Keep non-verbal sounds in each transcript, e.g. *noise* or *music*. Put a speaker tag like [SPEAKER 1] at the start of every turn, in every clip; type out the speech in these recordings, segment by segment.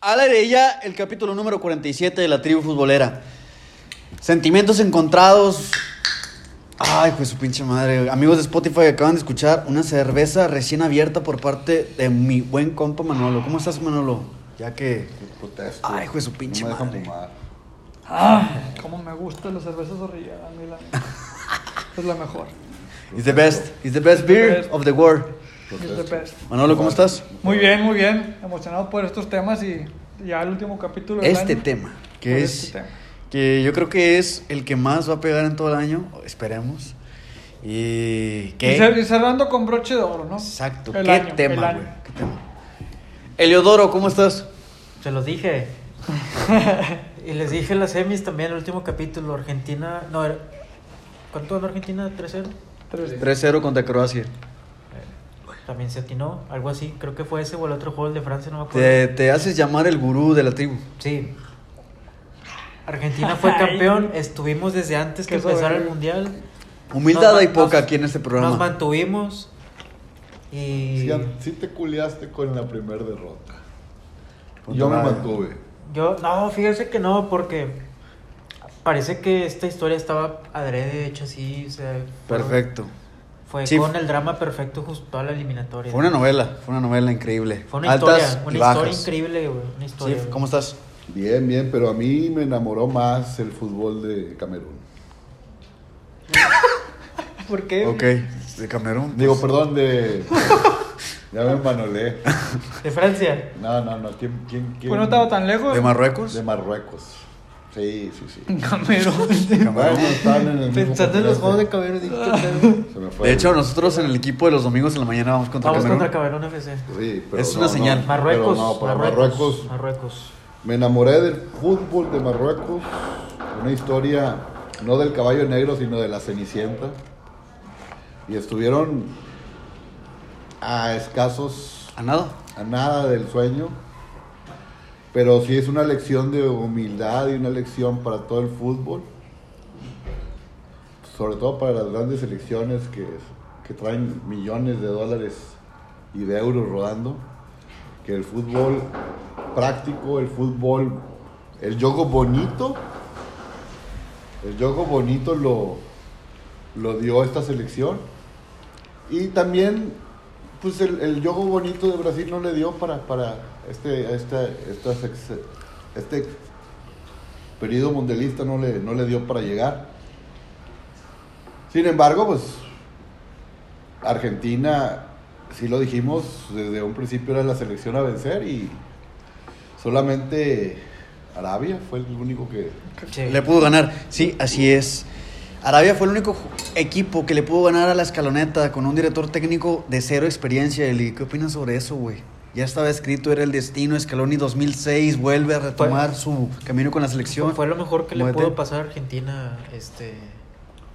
[SPEAKER 1] Al aire ya el capítulo número 47 de la tribu futbolera. Sentimientos encontrados. Ay, pues su pinche madre. Amigos de Spotify acaban de escuchar una cerveza recién abierta por parte de mi buen compa Manolo. ¿Cómo estás, Manolo? Ya que.
[SPEAKER 2] Protesto.
[SPEAKER 1] Ay, hijo de su pinche
[SPEAKER 2] no me dejan
[SPEAKER 1] madre.
[SPEAKER 2] fumar.
[SPEAKER 3] Ah, cómo me gustan las cervezas orrilladas,
[SPEAKER 1] *laughs*
[SPEAKER 3] mira. Es la mejor.
[SPEAKER 1] It's the best. It's the best beer of the world.
[SPEAKER 3] It's the best.
[SPEAKER 1] Manolo, ¿cómo estás?
[SPEAKER 3] Muy bien, muy bien. Emocionado por estos temas y ya el último capítulo del
[SPEAKER 1] Este
[SPEAKER 3] año.
[SPEAKER 1] tema,
[SPEAKER 3] Por
[SPEAKER 1] que es.
[SPEAKER 3] este tema.
[SPEAKER 1] Que yo creo que es el que más va a pegar en todo el año. Esperemos. Y.
[SPEAKER 3] Y,
[SPEAKER 1] que
[SPEAKER 3] cer- y cerrando con broche de oro, ¿no?
[SPEAKER 1] Exacto.
[SPEAKER 3] El
[SPEAKER 1] ¿Qué,
[SPEAKER 3] año, el
[SPEAKER 1] tema,
[SPEAKER 3] año.
[SPEAKER 1] güey? ¿Qué tema? Eliodoro, ¿cómo estás?
[SPEAKER 4] Se
[SPEAKER 1] *laughs*
[SPEAKER 4] los dije. y les dije en las semis también, el último capítulo. Argentina. No, era- ¿cuánto ganó Argentina? ¿3-0?
[SPEAKER 3] Tres.
[SPEAKER 1] 3-0 contra Croacia.
[SPEAKER 4] También se atinó, algo así. Creo que fue ese o el otro juego el de Francia, no me acuerdo.
[SPEAKER 1] Te, te haces llamar el gurú de la tribu.
[SPEAKER 4] Sí. Argentina
[SPEAKER 1] *laughs*
[SPEAKER 4] fue campeón. Estuvimos desde antes que
[SPEAKER 3] Qué
[SPEAKER 4] empezara el
[SPEAKER 3] soberbio.
[SPEAKER 4] mundial.
[SPEAKER 1] Humildad
[SPEAKER 4] Nos
[SPEAKER 1] hay
[SPEAKER 4] man-
[SPEAKER 1] poca
[SPEAKER 4] nos-
[SPEAKER 1] aquí en este
[SPEAKER 4] Nos
[SPEAKER 1] programa.
[SPEAKER 4] mantuvimos. Y
[SPEAKER 2] Sí, an- sí te culiaste con la primera derrota.
[SPEAKER 1] Contra
[SPEAKER 2] Yo me
[SPEAKER 1] Arabia.
[SPEAKER 2] mantuve.
[SPEAKER 4] yo, no, fíjense que no, porque parece que esta historia estaba adrede hecha así. o sea, fueron-
[SPEAKER 1] Perfecto.
[SPEAKER 4] Fue
[SPEAKER 1] Sí.
[SPEAKER 4] con el drama perfecto justo a la eliminatoria.
[SPEAKER 1] Fue una novela, fue una novela increíble.
[SPEAKER 4] Fue una
[SPEAKER 1] Altas
[SPEAKER 4] historia,
[SPEAKER 1] y
[SPEAKER 4] una
[SPEAKER 1] bajas.
[SPEAKER 4] historia increíble, güey. Una historia.
[SPEAKER 1] Sí,
[SPEAKER 4] güey.
[SPEAKER 1] ¿cómo estás?
[SPEAKER 2] Bien, bien, pero a mí me enamoró más el fútbol de Camerún.
[SPEAKER 3] ¿Por qué?
[SPEAKER 1] Ok, de Camerún.
[SPEAKER 2] Digo,
[SPEAKER 4] Pues-
[SPEAKER 2] perdón,
[SPEAKER 4] *laughs*
[SPEAKER 2] de. ya me manolé.
[SPEAKER 4] De Francia.
[SPEAKER 2] No, no, no. ¿Quién? quién, quién?
[SPEAKER 3] Pues no estaba tan lejos.
[SPEAKER 1] ¿De
[SPEAKER 3] *laughs*
[SPEAKER 1] Marruecos?
[SPEAKER 2] De Marruecos. Sí, sí, sí.
[SPEAKER 3] Camerún.
[SPEAKER 2] Bueno, estaban en el mismo
[SPEAKER 4] Pensando Mm. en los
[SPEAKER 2] continente.
[SPEAKER 4] juegos de Camerún, dije, ¿qué pedo?
[SPEAKER 2] Se me fue.
[SPEAKER 1] De hecho, nosotros en el equipo de los domingos en la mañana vamos contra
[SPEAKER 4] Vamos
[SPEAKER 1] Camerún.
[SPEAKER 4] contra Camerún FC.
[SPEAKER 2] Sí, pero
[SPEAKER 1] Es
[SPEAKER 2] no,
[SPEAKER 1] una
[SPEAKER 2] no,
[SPEAKER 1] señal.
[SPEAKER 2] pero
[SPEAKER 4] Marruecos,
[SPEAKER 2] no, pero
[SPEAKER 4] Marruecos.
[SPEAKER 2] Marruecos
[SPEAKER 4] Marruecos.
[SPEAKER 2] Me enamoré del fútbol de Marruecos, una historia no del caballo negro, sino de la Cenicienta. Y estuvieron a escasos,
[SPEAKER 1] ¿A nada?
[SPEAKER 2] a nada del sueño. Pero sí es una lección de humildad y una lección para todo el fútbol. Sobre todo para las grandes selecciones que, que traen millones de dólares y de euros rodando. Que el fútbol práctico, el fútbol, el juego bonito, el juego bonito lo, lo dio esta selección. Y también, pues el, el juego bonito de Brasil no le dio para, para este, esta- estas ex- este periodo mundialista, no le, no le dio para llegar. Sin embargo, pues Argentina, sí lo dijimos, desde un principio era la selección a vencer y solamente Arabia fue el único que...
[SPEAKER 4] Sí.
[SPEAKER 1] Le pudo ganar. Sí, así es. Arabia fue el único ju- equipo que le pudo ganar a la escaloneta con un director técnico de cero experiencia. Eli. ¿Qué opinas sobre eso, güey? Ya estaba escrito, era el destino. Scaloni 2006 vuelve a retomar su camino con la
[SPEAKER 4] Fue,
[SPEAKER 1] selección.
[SPEAKER 4] fue lo mejor que le
[SPEAKER 1] Muévete.
[SPEAKER 4] pudo pasar a Argentina, este.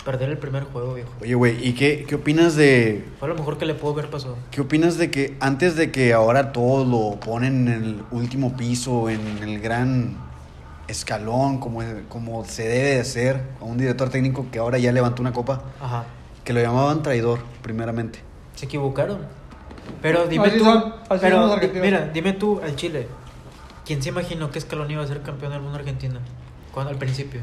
[SPEAKER 4] Perder el primer juego, viejo.
[SPEAKER 1] Oye, güey, ¿y qué, qué opinas de
[SPEAKER 4] Fue lo mejor que le pudo haber pasado.
[SPEAKER 1] ¿Qué opinas de que antes de que ahora todo lo ponen en el último piso, en el gran escalón, como, como se debe de hacer, a un director técnico que ahora ya levantó una copa,
[SPEAKER 4] Ajá.
[SPEAKER 1] que lo llamaban traidor, primeramente?
[SPEAKER 4] Se equivocaron. Pero dime
[SPEAKER 3] Así
[SPEAKER 4] tú.
[SPEAKER 3] son, así
[SPEAKER 4] pero
[SPEAKER 3] son los
[SPEAKER 4] di-
[SPEAKER 3] argentinos.
[SPEAKER 4] mira, dime tú al Chile. ¿Quién se imaginó que Scaloni iba a ser campeón del mundo argentino? Cuando al principio.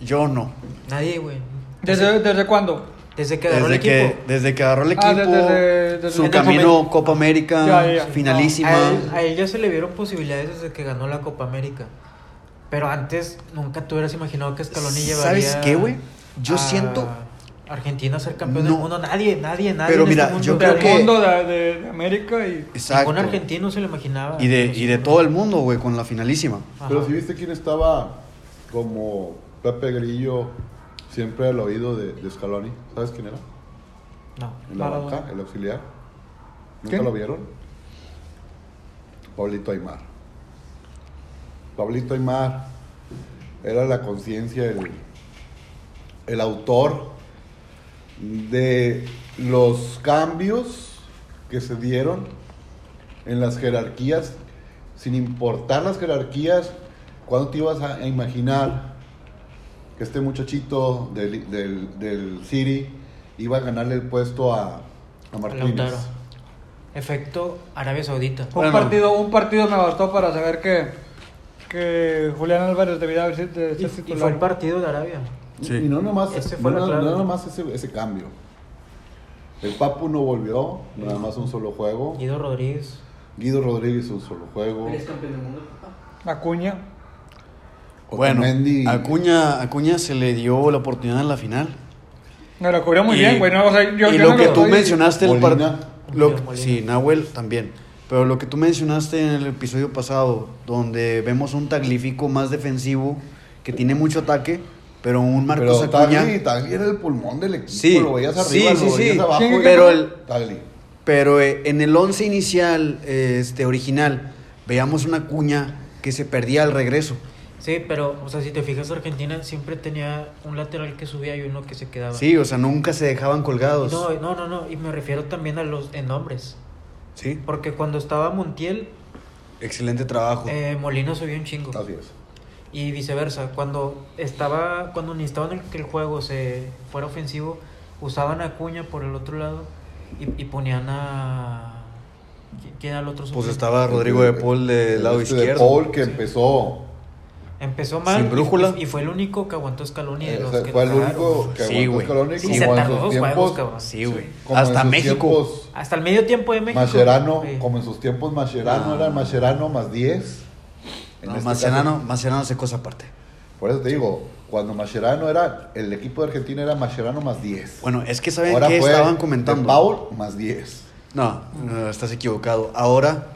[SPEAKER 1] Yo no.
[SPEAKER 4] Nadie, güey.
[SPEAKER 3] ¿Desde, ¿Desde cuándo?
[SPEAKER 4] Desde que agarró
[SPEAKER 1] Desde
[SPEAKER 4] el
[SPEAKER 1] que,
[SPEAKER 4] equipo.
[SPEAKER 1] desde que agarró el equipo,
[SPEAKER 3] Ah, desde- desde-
[SPEAKER 1] su
[SPEAKER 4] desde-
[SPEAKER 1] camino Copa América,
[SPEAKER 3] Ya, ya, ya.
[SPEAKER 1] finalísima.
[SPEAKER 4] A él, a él ya se le vieron posibilidades desde que ganó la Copa América. Pero antes nunca te hubieras imaginado que Scaloni llevaría.
[SPEAKER 1] ¿Sabes qué, güey? Yo
[SPEAKER 4] a
[SPEAKER 1] siento-
[SPEAKER 4] Argentina a ser campeón
[SPEAKER 1] No.
[SPEAKER 4] del mundo. Nadie, nadie, nadie.
[SPEAKER 1] Pero
[SPEAKER 4] en
[SPEAKER 1] mira,
[SPEAKER 4] este mundo,
[SPEAKER 1] yo creo
[SPEAKER 3] Del
[SPEAKER 4] nadie.
[SPEAKER 1] que-
[SPEAKER 3] mundo, de, de- de América y...
[SPEAKER 1] Exacto.
[SPEAKER 4] Ningún argentino se lo imaginaba.
[SPEAKER 1] Y de, y de todo el mundo, güey, con la finalísima.
[SPEAKER 4] Ajá.
[SPEAKER 2] Pero si viste quién estaba como Pepe Grillo siempre al oído de, de Scaloni, ¿sabes quién era?
[SPEAKER 4] No.
[SPEAKER 2] En la
[SPEAKER 3] Maradona.
[SPEAKER 2] banca, el auxiliar. ¿Nunca
[SPEAKER 3] ¿Quién?
[SPEAKER 2] lo vieron? Pablito Aymar. Pablito Aymar era la conciencia, el, el autor de los cambios que se dieron en las jerarquías, sin importar las jerarquías, ¿cuándo te ibas a, a imaginar que este muchachito del, del, del City iba a ganarle el puesto a, a Martínez?
[SPEAKER 4] Lautaro. Efecto Arabia Saudita.
[SPEAKER 3] Un
[SPEAKER 1] Bueno.
[SPEAKER 3] partido, un partido me bastó para saber que, que Julián Álvarez debía haber sido de
[SPEAKER 4] Y,
[SPEAKER 2] Este
[SPEAKER 3] ser
[SPEAKER 4] y
[SPEAKER 3] titular.
[SPEAKER 4] fue el partido de Arabia.
[SPEAKER 1] Sí.
[SPEAKER 2] Y no nomás,
[SPEAKER 4] Ese fue
[SPEAKER 2] no,
[SPEAKER 4] la
[SPEAKER 2] no-
[SPEAKER 4] clave.
[SPEAKER 2] no nomás ese, ese cambio. El Papu no volvió, nada más un solo juego.
[SPEAKER 4] Guido Rodríguez.
[SPEAKER 2] Guido Rodríguez un solo juego.
[SPEAKER 5] Eres campeón del mundo, papá.
[SPEAKER 3] Acuña.
[SPEAKER 1] Bueno,
[SPEAKER 2] Otamendi-
[SPEAKER 1] Acuña, Acuña se le dio la oportunidad en la final.
[SPEAKER 3] Me lo cubrió muy
[SPEAKER 1] Y-
[SPEAKER 3] bien, güey. No, o sea, yo,
[SPEAKER 1] y
[SPEAKER 3] yo
[SPEAKER 1] lo
[SPEAKER 3] no
[SPEAKER 1] que tú
[SPEAKER 3] estoy-
[SPEAKER 1] mencionaste el par-
[SPEAKER 2] Molina.
[SPEAKER 1] lo-
[SPEAKER 4] Molina, Molina.
[SPEAKER 1] sí Nahuel también pero lo que tú mencionaste en el episodio pasado donde vemos un taglifico más defensivo que tiene mucho ataque pero un Marcos
[SPEAKER 2] pero
[SPEAKER 1] Acuña
[SPEAKER 2] Tagli, Tagli era el pulmón del equipo.
[SPEAKER 1] Sí,
[SPEAKER 2] lo veías
[SPEAKER 1] sí,
[SPEAKER 2] arriba,
[SPEAKER 1] sí,
[SPEAKER 2] lo veías
[SPEAKER 1] sí.
[SPEAKER 2] abajo.
[SPEAKER 3] ¿Quién-
[SPEAKER 2] y-
[SPEAKER 1] pero el-
[SPEAKER 2] Tagli.
[SPEAKER 1] pero eh, en el once inicial eh, este original veíamos una Acuña que se perdía al regreso
[SPEAKER 4] Sí, pero, o sea, si te fijas, Argentina siempre tenía un lateral que subía y uno que se quedaba.
[SPEAKER 1] sí o sea nunca se dejaban
[SPEAKER 4] Y
[SPEAKER 1] colgados
[SPEAKER 4] No, eh, no, no, no. Y me refiero también a los en nombres.
[SPEAKER 1] sí
[SPEAKER 4] Porque cuando estaba Montiel,
[SPEAKER 1] excelente trabajo
[SPEAKER 4] eh, Molina subió un chingo.
[SPEAKER 2] Así es.
[SPEAKER 4] Y viceversa. Cuando estaba, cuando necesitaban el- que el juego se fuera ofensivo, usaban a Acuña por el otro lado y, y ponían a. ¿qui- ¿Quién era el otro?
[SPEAKER 1] pues
[SPEAKER 4] suplente?
[SPEAKER 1] estaba Rodrigo de Paul del
[SPEAKER 2] El
[SPEAKER 1] lado
[SPEAKER 2] este
[SPEAKER 1] izquierdo
[SPEAKER 2] De Paul que empezó.
[SPEAKER 4] Empezó mal.
[SPEAKER 1] Sin
[SPEAKER 4] y-
[SPEAKER 1] brújula.
[SPEAKER 4] Y, fue el único que aguantó Scaloni de
[SPEAKER 2] eh,
[SPEAKER 4] los
[SPEAKER 2] o sea,
[SPEAKER 4] que
[SPEAKER 2] fue el
[SPEAKER 4] entraron.
[SPEAKER 2] único que
[SPEAKER 1] Sí,
[SPEAKER 2] aguantó
[SPEAKER 1] güey.
[SPEAKER 2] Scaloni.
[SPEAKER 4] Sí,
[SPEAKER 2] como
[SPEAKER 4] se
[SPEAKER 2] en
[SPEAKER 4] tardó
[SPEAKER 2] sus
[SPEAKER 4] dos
[SPEAKER 2] tiempos-
[SPEAKER 4] juegos, cabrón.
[SPEAKER 1] sí güey
[SPEAKER 2] como en
[SPEAKER 1] hasta
[SPEAKER 2] sus
[SPEAKER 1] México
[SPEAKER 2] tiempos,
[SPEAKER 4] Hasta el medio tiempo de México. Eh,
[SPEAKER 2] Mascherano,
[SPEAKER 4] Sí.
[SPEAKER 2] como en sus tiempos Mascherano,
[SPEAKER 1] Ah.
[SPEAKER 2] era Mascherano más 10. En
[SPEAKER 1] No,
[SPEAKER 2] este
[SPEAKER 1] Mascherano,
[SPEAKER 2] caso,
[SPEAKER 1] Mascherano hace cosa aparte.
[SPEAKER 2] por eso te digo, cuando Mascherano era, el equipo de Argentina era Mascherano más 10.
[SPEAKER 1] Bueno, es que saben que estaban comentando.
[SPEAKER 2] De Paul más 10.
[SPEAKER 1] No, no, estás equivocado. Ahora,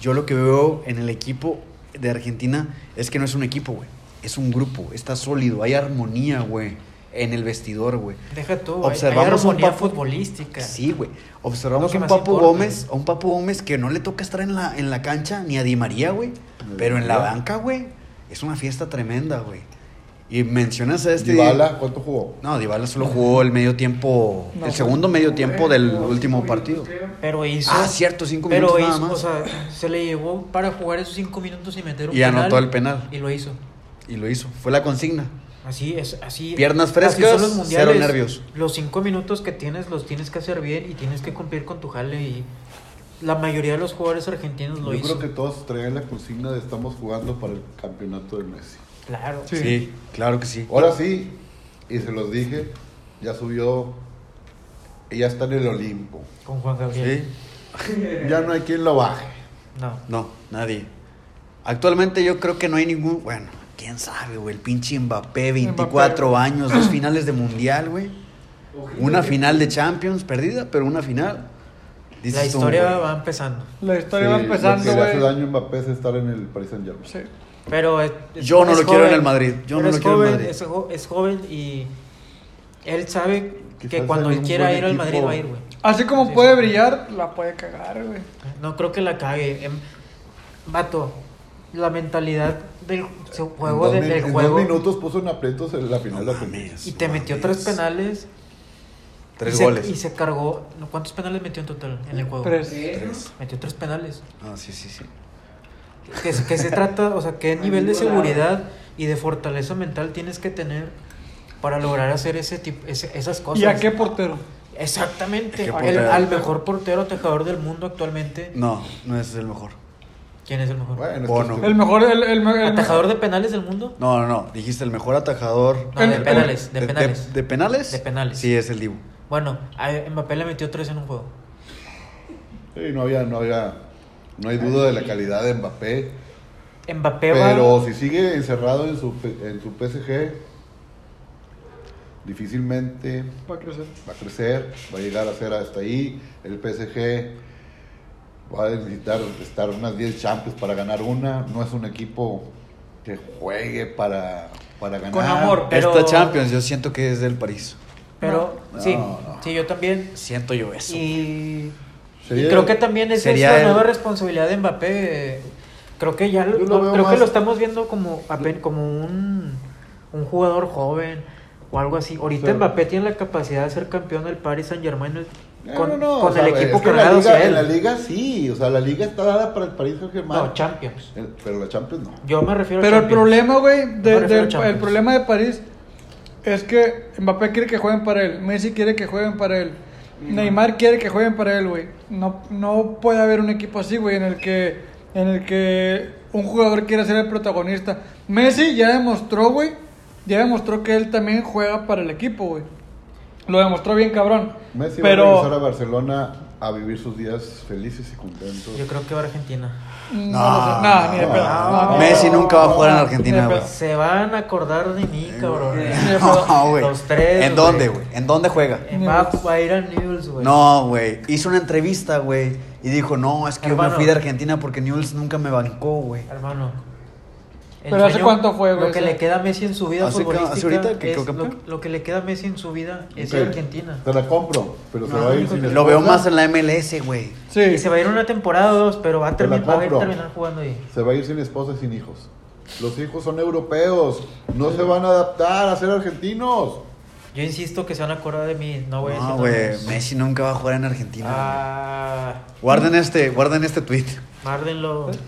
[SPEAKER 1] yo lo que veo en el equipo de Argentina es que no es un equipo, güey. Es un grupo, está sólido, hay armonía, güey, en el vestidor, güey.
[SPEAKER 4] Deja tú.
[SPEAKER 1] Observamos
[SPEAKER 4] Observamos
[SPEAKER 1] un
[SPEAKER 4] hay, armonía
[SPEAKER 1] Papu-
[SPEAKER 4] futbolística.
[SPEAKER 1] Sí, güey.
[SPEAKER 4] Lo
[SPEAKER 1] Observamos
[SPEAKER 4] que
[SPEAKER 1] un
[SPEAKER 4] más
[SPEAKER 1] Papu
[SPEAKER 4] importa.
[SPEAKER 1] Gómez, a un Papu Gómez que no le toca estar en la, en la cancha ni a Di María, güey.
[SPEAKER 2] Ni a
[SPEAKER 1] Pero
[SPEAKER 2] Di
[SPEAKER 1] en la
[SPEAKER 2] María.
[SPEAKER 1] banca, güey, es una fiesta tremenda, güey. Y mencionas a este...
[SPEAKER 2] Dybala, ¿cuánto jugó?
[SPEAKER 1] No, Dybala solo jugó el medio tiempo,
[SPEAKER 3] No,
[SPEAKER 1] el
[SPEAKER 3] fue-
[SPEAKER 1] segundo medio tiempo del
[SPEAKER 5] Como
[SPEAKER 1] último
[SPEAKER 5] cinco
[SPEAKER 1] partido.
[SPEAKER 5] minutos, creo.
[SPEAKER 4] Pero hizo.
[SPEAKER 1] Ah, cierto, cinco
[SPEAKER 4] Pero
[SPEAKER 1] minutos nada
[SPEAKER 4] hizo,
[SPEAKER 1] más.
[SPEAKER 4] o sea, se le llevó para jugar esos cinco minutos y meter un
[SPEAKER 1] Y anotó el penal.
[SPEAKER 4] Y lo hizo.
[SPEAKER 1] Y lo hizo. Fue la consigna.
[SPEAKER 4] Así es, así.
[SPEAKER 1] Piernas
[SPEAKER 4] así son
[SPEAKER 1] frescas,
[SPEAKER 4] los
[SPEAKER 1] cero
[SPEAKER 4] mundiales.
[SPEAKER 1] nervios.
[SPEAKER 4] Los cinco minutos que tienes los tienes que hacer bien y tienes que cumplir con tu jale y la mayoría de los jugadores argentinos lo
[SPEAKER 2] Yo
[SPEAKER 4] hizo.
[SPEAKER 2] creo que todos traían la consigna de estamos jugando para el campeonato de Messi.
[SPEAKER 4] Claro.
[SPEAKER 3] Sí.
[SPEAKER 1] claro que sí.
[SPEAKER 2] Ahora sí, y se los dije, ya subió, ella está en el Olimpo.
[SPEAKER 4] Con Juan Gabriel.
[SPEAKER 1] Sí.
[SPEAKER 2] Ya no hay quien lo baje.
[SPEAKER 4] No.
[SPEAKER 1] No, nadie. Actualmente yo creo que no hay ningún. Bueno, quién sabe, güey. El pinche Mbappé,
[SPEAKER 4] *clears throat*
[SPEAKER 1] 24 años, dos finales de mundial, güey.
[SPEAKER 5] Ojito
[SPEAKER 1] Una
[SPEAKER 5] que-
[SPEAKER 1] final de Champions perdida, pero una final. Dices
[SPEAKER 4] La
[SPEAKER 1] tú,
[SPEAKER 4] historia
[SPEAKER 1] güey.
[SPEAKER 4] va empezando.
[SPEAKER 3] La historia va
[SPEAKER 2] Sí,
[SPEAKER 3] empezando,
[SPEAKER 2] Lo que le hace
[SPEAKER 3] güey.
[SPEAKER 2] daño a Mbappé es estar en el Paris Saint Germain.
[SPEAKER 3] Sí.
[SPEAKER 4] Pero es-
[SPEAKER 1] Yo no
[SPEAKER 4] es
[SPEAKER 1] lo quiero en el Madrid. Yo
[SPEAKER 4] pero
[SPEAKER 1] no lo
[SPEAKER 4] es
[SPEAKER 1] quiero en
[SPEAKER 4] joven,
[SPEAKER 1] Madrid.
[SPEAKER 4] Es, jo- es joven y él sabe que
[SPEAKER 2] Quizás
[SPEAKER 4] cuando
[SPEAKER 2] en
[SPEAKER 4] él
[SPEAKER 2] un
[SPEAKER 4] quiera
[SPEAKER 2] buen
[SPEAKER 4] ir al
[SPEAKER 2] equipo.
[SPEAKER 4] Madrid va a ir, güey.
[SPEAKER 3] Así como
[SPEAKER 4] Sí,
[SPEAKER 3] puede
[SPEAKER 4] sí.
[SPEAKER 3] brillar, la puede cagar, güey.
[SPEAKER 4] No creo que la cague. Em, Vato, la mentalidad del se- juego
[SPEAKER 2] en dos,
[SPEAKER 4] de-
[SPEAKER 2] min-
[SPEAKER 4] del
[SPEAKER 2] en
[SPEAKER 4] juego
[SPEAKER 2] dos minutos puso en aprietos en la final
[SPEAKER 1] No
[SPEAKER 2] de Argentina.
[SPEAKER 1] mames,
[SPEAKER 4] y te
[SPEAKER 1] no
[SPEAKER 4] metió
[SPEAKER 1] mames.
[SPEAKER 4] tres penales.
[SPEAKER 1] Tres
[SPEAKER 4] y se-
[SPEAKER 1] goles.
[SPEAKER 4] y se cargó. no, ¿Cuántos penales metió en total en el juego?
[SPEAKER 3] Tres.
[SPEAKER 5] Tres.
[SPEAKER 4] Metió tres penales.
[SPEAKER 1] Ah, sí, sí, sí.
[SPEAKER 4] Que, se- que se trata, o
[SPEAKER 3] *laughs*
[SPEAKER 4] sea, qué
[SPEAKER 5] No hay
[SPEAKER 4] nivel de
[SPEAKER 5] ningún
[SPEAKER 4] seguridad y de fortaleza mental tienes que tener para lograr hacer ese tipo, ese- esas cosas.
[SPEAKER 3] ¿Y a qué portero?
[SPEAKER 4] Exactamente.
[SPEAKER 1] ¿Qué
[SPEAKER 4] El-
[SPEAKER 1] portero?
[SPEAKER 4] al mejor portero atacador del mundo actualmente.
[SPEAKER 1] No, no es el mejor.
[SPEAKER 4] ¿Quién es el mejor?
[SPEAKER 2] Bueno, esto
[SPEAKER 1] Bono.
[SPEAKER 2] es-
[SPEAKER 3] El mejor, el, el, el-
[SPEAKER 4] ¿Atajador de penales del mundo?
[SPEAKER 1] No, no, no. Dijiste el mejor atajador.
[SPEAKER 4] No, de
[SPEAKER 1] El-
[SPEAKER 4] penales, de penales.
[SPEAKER 1] ¿De, penales?
[SPEAKER 4] De penales.
[SPEAKER 1] Sí, es el Dibu.
[SPEAKER 4] Bueno, a Mbappé le metió tres en un juego.
[SPEAKER 2] Sí, no había, no había, no hay duda de la calidad de Mbappé.
[SPEAKER 4] Mbappé va-
[SPEAKER 2] Pero si sigue encerrado en su, P- en su PSG, difícilmente
[SPEAKER 3] Va a crecer.
[SPEAKER 2] va a crecer, va a llegar a ser hasta ahí. El PSG va a necesitar estar unas 10 Champions para ganar una. No es un equipo que juegue para, para ganar.
[SPEAKER 3] Con amor.
[SPEAKER 4] Pero-
[SPEAKER 1] Esta Champions yo siento que es del París.
[SPEAKER 4] Pero
[SPEAKER 2] No.
[SPEAKER 4] sí,
[SPEAKER 2] No, no.
[SPEAKER 4] sí, yo también.
[SPEAKER 1] Siento yo eso.
[SPEAKER 4] Y,
[SPEAKER 2] Sería-
[SPEAKER 4] y creo que también esa es
[SPEAKER 1] sería
[SPEAKER 4] la
[SPEAKER 1] el-
[SPEAKER 4] nueva responsabilidad de Mbappé. Creo que ya lo,
[SPEAKER 2] Yo lo veo
[SPEAKER 4] creo que
[SPEAKER 2] más-
[SPEAKER 4] lo estamos viendo como apen- como un, un jugador joven o algo así. Ahorita
[SPEAKER 2] Sí.
[SPEAKER 4] Mbappé tiene la capacidad de ser campeón del Paris Saint Germain
[SPEAKER 2] No,
[SPEAKER 4] con,
[SPEAKER 2] no, no,
[SPEAKER 4] con
[SPEAKER 2] o sea,
[SPEAKER 4] el equipo
[SPEAKER 2] es que en la
[SPEAKER 4] cargado
[SPEAKER 2] liga,
[SPEAKER 4] hacia
[SPEAKER 2] en la
[SPEAKER 4] él.
[SPEAKER 2] liga sí, o sea, la liga está dada para el París Saint-Germain.
[SPEAKER 4] No, Champions.
[SPEAKER 2] El- pero la Champions no.
[SPEAKER 4] Yo me refiero
[SPEAKER 3] Pero
[SPEAKER 4] a
[SPEAKER 3] el
[SPEAKER 4] Champions.
[SPEAKER 3] problema, güey, de-
[SPEAKER 4] Me refiero a
[SPEAKER 3] del-
[SPEAKER 4] Champions.
[SPEAKER 3] el problema de París es que Mbappé quiere que jueguen para él, Messi quiere que jueguen para él, Neymar quiere que jueguen para él, güey. No, no puede haber un equipo así, güey, en el que en el que un jugador quiera ser el protagonista. Messi ya demostró, güey, ya demostró que él también juega para el equipo, güey. Lo demostró bien cabrón.
[SPEAKER 2] Messi
[SPEAKER 3] pero
[SPEAKER 2] va a regresar a Barcelona a vivir sus días felices y contentos.
[SPEAKER 4] Yo creo que va a Argentina.
[SPEAKER 3] no, lo sé. no, ni de pedo. No, ni de
[SPEAKER 1] Messi
[SPEAKER 3] pedo.
[SPEAKER 1] nunca va a jugar en
[SPEAKER 3] No,
[SPEAKER 1] Argentina,
[SPEAKER 3] ni de
[SPEAKER 1] güey. Eh,
[SPEAKER 3] pedo.
[SPEAKER 4] Se van a acordar de mí, cabrón. *laughs*
[SPEAKER 1] No, güey.
[SPEAKER 4] Los tres,
[SPEAKER 1] ¿En dónde, güey? ¿En dónde juega?
[SPEAKER 4] Eh, Va, va a ir a Newell's, güey.
[SPEAKER 1] No, güey. Hizo una entrevista, güey. Y dijo, no, es que yo me
[SPEAKER 4] Hermano.
[SPEAKER 1] fui de Argentina porque Newell's nunca me bancó, güey.
[SPEAKER 4] Hermano. el
[SPEAKER 3] ¿Pero hace
[SPEAKER 4] sueño-
[SPEAKER 3] cuánto fue, güey,
[SPEAKER 4] Lo que
[SPEAKER 3] ese?
[SPEAKER 4] le queda a Messi en su vida
[SPEAKER 1] ¿Hace ca- hace
[SPEAKER 4] futbolística.
[SPEAKER 1] ahorita que
[SPEAKER 4] es-
[SPEAKER 1] quedó
[SPEAKER 4] lo,
[SPEAKER 1] campeón?
[SPEAKER 4] lo que le queda a Messi en su vida es
[SPEAKER 2] Ok.
[SPEAKER 4] ir a Argentina.
[SPEAKER 2] Te la compro, pero se
[SPEAKER 4] No,
[SPEAKER 2] va a ir
[SPEAKER 4] hijo
[SPEAKER 2] sin
[SPEAKER 4] de-
[SPEAKER 1] Lo veo
[SPEAKER 2] esposa,
[SPEAKER 1] más en la MLS, güey.
[SPEAKER 3] Sí.
[SPEAKER 4] Y se va a ir una temporada o dos, pero va a,
[SPEAKER 2] Te la
[SPEAKER 4] termi- va a ir-
[SPEAKER 2] compro.
[SPEAKER 4] terminar jugando ahí.
[SPEAKER 2] Se va a ir sin esposa y sin hijos. Los hijos son europeos, no se van a adaptar a ser argentinos.
[SPEAKER 4] Yo insisto que se van a acordar de mí. No, güey.
[SPEAKER 1] No, güey. Messi nunca va a jugar en Argentina.
[SPEAKER 4] Ah,
[SPEAKER 1] güey. Guarden este, guarden este tweet.
[SPEAKER 4] márdenlo.
[SPEAKER 3] Es-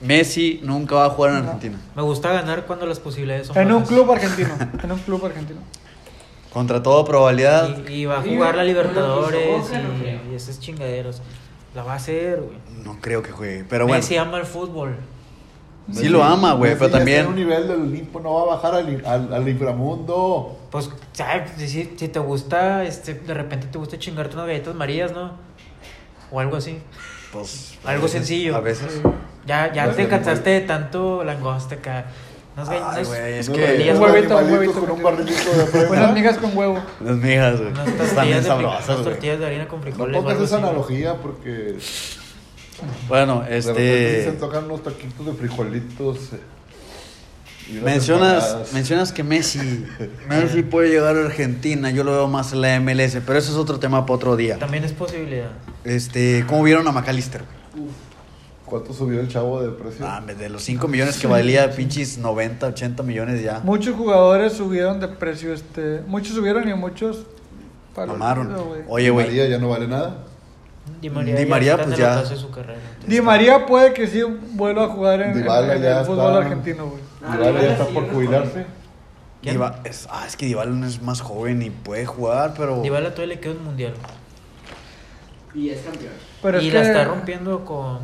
[SPEAKER 1] Messi nunca va a jugar en Argentina.
[SPEAKER 4] Me gusta ganar cuando las posibilidades son
[SPEAKER 3] En un
[SPEAKER 4] buenas.
[SPEAKER 3] club argentino, en un club argentino.
[SPEAKER 1] Contra toda probabilidad.
[SPEAKER 4] Y, y va a jugar la Libertadores
[SPEAKER 5] Bueno, pues, ojalá, no
[SPEAKER 4] y, y esas chingaderos. La va a hacer, güey.
[SPEAKER 1] No creo que juegue. Pero bueno.
[SPEAKER 4] Messi ama el fútbol.
[SPEAKER 1] Sí lo ama, güey,
[SPEAKER 2] Messi
[SPEAKER 1] pero
[SPEAKER 2] ya
[SPEAKER 1] también-
[SPEAKER 2] está en un nivel del Olimpo no va a bajar al, al- al inframundo.
[SPEAKER 4] Pues, ¿sabes? Si- Si, si te gusta, este, de repente te gusta chingarte unas galletas marías, ¿no? O algo así.
[SPEAKER 1] Pues, a
[SPEAKER 4] Algo
[SPEAKER 1] veces-
[SPEAKER 4] sencillo.
[SPEAKER 1] A veces.
[SPEAKER 4] Ya, ya
[SPEAKER 2] Las
[SPEAKER 4] te
[SPEAKER 2] de
[SPEAKER 4] cansaste de tanto langosta acá. Unas
[SPEAKER 1] Ay,
[SPEAKER 4] galletas.
[SPEAKER 1] güey, es
[SPEAKER 2] Unos
[SPEAKER 1] que.
[SPEAKER 4] Tortillas,
[SPEAKER 2] animalitos-
[SPEAKER 3] huevito,
[SPEAKER 2] animalitos
[SPEAKER 3] huevito,
[SPEAKER 2] con un
[SPEAKER 3] huevito.
[SPEAKER 2] barrilito
[SPEAKER 5] *laughs*
[SPEAKER 2] de fresa.
[SPEAKER 3] Buenas migas con huevo.
[SPEAKER 1] Las migas, güey.
[SPEAKER 4] Unas
[SPEAKER 1] Están bien
[SPEAKER 4] tortillas, de, fri-
[SPEAKER 1] sabrosas,
[SPEAKER 4] unas
[SPEAKER 1] güey.
[SPEAKER 4] tortillas de harina con
[SPEAKER 2] No
[SPEAKER 4] frijoles. o
[SPEAKER 2] pongas
[SPEAKER 4] algo
[SPEAKER 2] esa
[SPEAKER 4] así.
[SPEAKER 2] analogía porque
[SPEAKER 1] Bueno,
[SPEAKER 2] de repente se
[SPEAKER 1] este.
[SPEAKER 2] tocan unos taquitos de frijolitos. eh, y unas
[SPEAKER 1] Mencionas,
[SPEAKER 2] empanadas.
[SPEAKER 1] mencionas que
[SPEAKER 2] *laughs*
[SPEAKER 1] Messi, Messi puede llegar a Argentina, yo lo veo más en la MLS, pero eso es otro tema para otro día.
[SPEAKER 4] También es ¿ah? posibilidad.
[SPEAKER 1] Este, ¿cómo vieron a McAllister? güey?
[SPEAKER 2] ¿Cuánto subió el chavo de precio?
[SPEAKER 1] Ah, de los 5 millones que valía, pinches 90, 80 millones ya.
[SPEAKER 3] Muchos jugadores subieron de precio, este, muchos subieron y muchos para el
[SPEAKER 1] Mamaron.
[SPEAKER 3] olvido, güey.
[SPEAKER 1] Oye, güey.
[SPEAKER 2] María ya no vale nada.
[SPEAKER 4] Di María,
[SPEAKER 1] Di
[SPEAKER 4] ya
[SPEAKER 1] María,
[SPEAKER 4] está en
[SPEAKER 1] pues
[SPEAKER 4] el
[SPEAKER 1] ya.
[SPEAKER 4] ocaso de su carrera.
[SPEAKER 3] Di María puede que sí vuelva a jugar en,
[SPEAKER 2] Dybala
[SPEAKER 3] en- en
[SPEAKER 2] ya
[SPEAKER 3] el fútbol
[SPEAKER 2] está.
[SPEAKER 3] argentino, güey.
[SPEAKER 5] Ah,
[SPEAKER 2] Dybala ya
[SPEAKER 5] Dybala
[SPEAKER 2] está
[SPEAKER 5] sí,
[SPEAKER 2] por
[SPEAKER 5] ya no
[SPEAKER 2] jubilarse.
[SPEAKER 4] ¿Quién?
[SPEAKER 1] Diva- es, ah, es que Dybala no es más joven y puede jugar, pero...
[SPEAKER 4] Dybala todavía le queda un mundial.
[SPEAKER 5] Y es campeón.
[SPEAKER 3] Pero
[SPEAKER 4] y
[SPEAKER 3] es
[SPEAKER 4] la
[SPEAKER 3] que-
[SPEAKER 4] está rompiendo con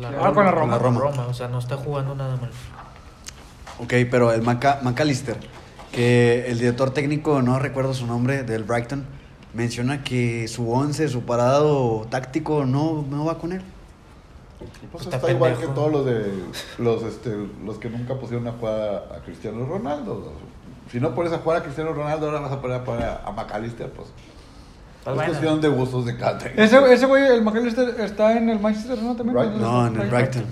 [SPEAKER 4] la
[SPEAKER 3] Ah,
[SPEAKER 4] Roma.
[SPEAKER 3] con la Roma.
[SPEAKER 4] o sea, no está jugando nada mal.
[SPEAKER 1] Ok, pero el Maca- McAllister, que el director técnico, no recuerdo su nombre, del Brighton, menciona que su once, su parado táctico no, no va con él.
[SPEAKER 2] Pues
[SPEAKER 4] Está
[SPEAKER 2] está, igual que
[SPEAKER 4] pendejo.
[SPEAKER 2] todos los de los este los que nunca pusieron a jugar a Cristiano Ronaldo. Si no pones a jugar a Cristiano Ronaldo, ahora vas a poner a, poner a McAllister, pues.
[SPEAKER 4] Pues
[SPEAKER 2] es
[SPEAKER 4] bueno.
[SPEAKER 2] cuestión de gustos de cada técnico.
[SPEAKER 3] Ese, ese güey, el McAllister, está en el Manchester, ¿no? También.
[SPEAKER 2] Brighton.
[SPEAKER 1] No, en el Brighton.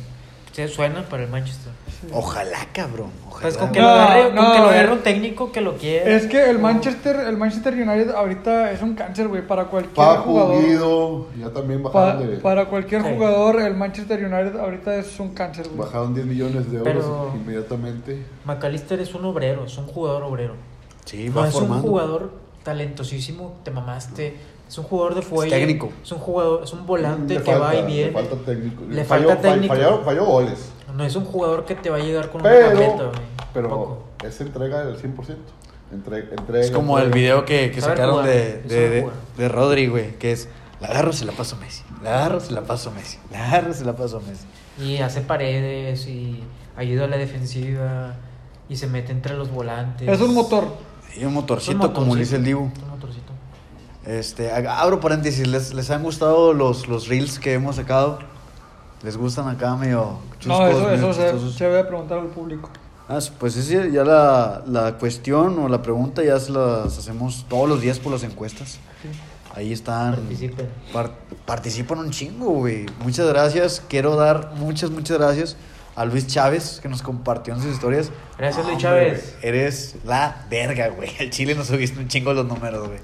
[SPEAKER 4] Se suena para el Manchester.
[SPEAKER 1] Ojalá, cabrón. Ojalá.
[SPEAKER 4] Pues con que,
[SPEAKER 3] No,
[SPEAKER 4] lo agarre,
[SPEAKER 3] no,
[SPEAKER 4] con que lo
[SPEAKER 3] eh.
[SPEAKER 4] agarre un técnico que lo quiera.
[SPEAKER 3] Es que el Manchester, el Manchester United ahorita es un cáncer, güey, para cualquier
[SPEAKER 2] Papu,
[SPEAKER 3] jugador.
[SPEAKER 2] Guido, ya también
[SPEAKER 3] Pa-
[SPEAKER 2] bajaron, de,
[SPEAKER 3] para cualquier
[SPEAKER 4] Sí.
[SPEAKER 3] jugador, el Manchester United ahorita es un cáncer, güey.
[SPEAKER 2] bajaron 10 millones de euros
[SPEAKER 4] Pero-
[SPEAKER 2] inmediatamente.
[SPEAKER 4] McAllister es un obrero, es un jugador obrero.
[SPEAKER 1] Sí,
[SPEAKER 4] no
[SPEAKER 1] va
[SPEAKER 4] es
[SPEAKER 1] formando.
[SPEAKER 4] un jugador talentosísimo, te mamaste. Es un jugador de fuelle.
[SPEAKER 1] técnico.
[SPEAKER 4] Es un jugador, es un volante
[SPEAKER 2] Le
[SPEAKER 4] que va y
[SPEAKER 2] falta-
[SPEAKER 4] viene.
[SPEAKER 2] Le falta técnico.
[SPEAKER 4] Le
[SPEAKER 2] Falló-
[SPEAKER 4] falta
[SPEAKER 2] fall-
[SPEAKER 4] técnico.
[SPEAKER 2] Falló, falló goles.
[SPEAKER 4] No es un jugador que te va a llegar con una camioneta,
[SPEAKER 2] Pero,
[SPEAKER 4] güey.
[SPEAKER 2] pero
[SPEAKER 4] Tampoco.
[SPEAKER 2] es entrega del 100%. Entre, entrega,
[SPEAKER 1] Es como el
[SPEAKER 2] entrega.
[SPEAKER 1] video que, que
[SPEAKER 4] Saber
[SPEAKER 1] sacaron
[SPEAKER 4] jugar,
[SPEAKER 1] de,
[SPEAKER 4] es
[SPEAKER 1] de,
[SPEAKER 4] saber
[SPEAKER 1] de,
[SPEAKER 4] jugar.
[SPEAKER 1] de Rodri, güey, que es... La agarro, se la paso a Messi. La agarro, se la paso a Messi. La agarro, se la paso a Messi.
[SPEAKER 4] Y hace paredes y ayuda a la defensiva y se mete entre los volantes.
[SPEAKER 3] Es un motor.
[SPEAKER 1] Y un
[SPEAKER 4] Es un
[SPEAKER 1] motorcito, como le dice el Dibu.
[SPEAKER 4] Es un motorcito.
[SPEAKER 1] Este, a- abro paréntesis, ¿les, les han gustado los, los reels que hemos sacado? ¿Les gustan acá medio chuscos?
[SPEAKER 3] No, eso,
[SPEAKER 1] medio
[SPEAKER 3] eso se,
[SPEAKER 1] chistosos?
[SPEAKER 3] se debe preguntar al público.
[SPEAKER 1] Ah, sí, pues sí, ya la, la cuestión o la pregunta ya se las hacemos todos los días por las encuestas. Ahí están.
[SPEAKER 4] Participen.
[SPEAKER 1] Par- participan un chingo, güey. Muchas gracias. Quiero dar muchas, muchas gracias a Luis Chávez que nos compartió en sus historias.
[SPEAKER 4] Gracias, Luis
[SPEAKER 1] Ah, Hombre,
[SPEAKER 4] Chávez.
[SPEAKER 1] güey, Eres la verga, güey. *laughs* Al Chile nos subiste un chingo los números, güey.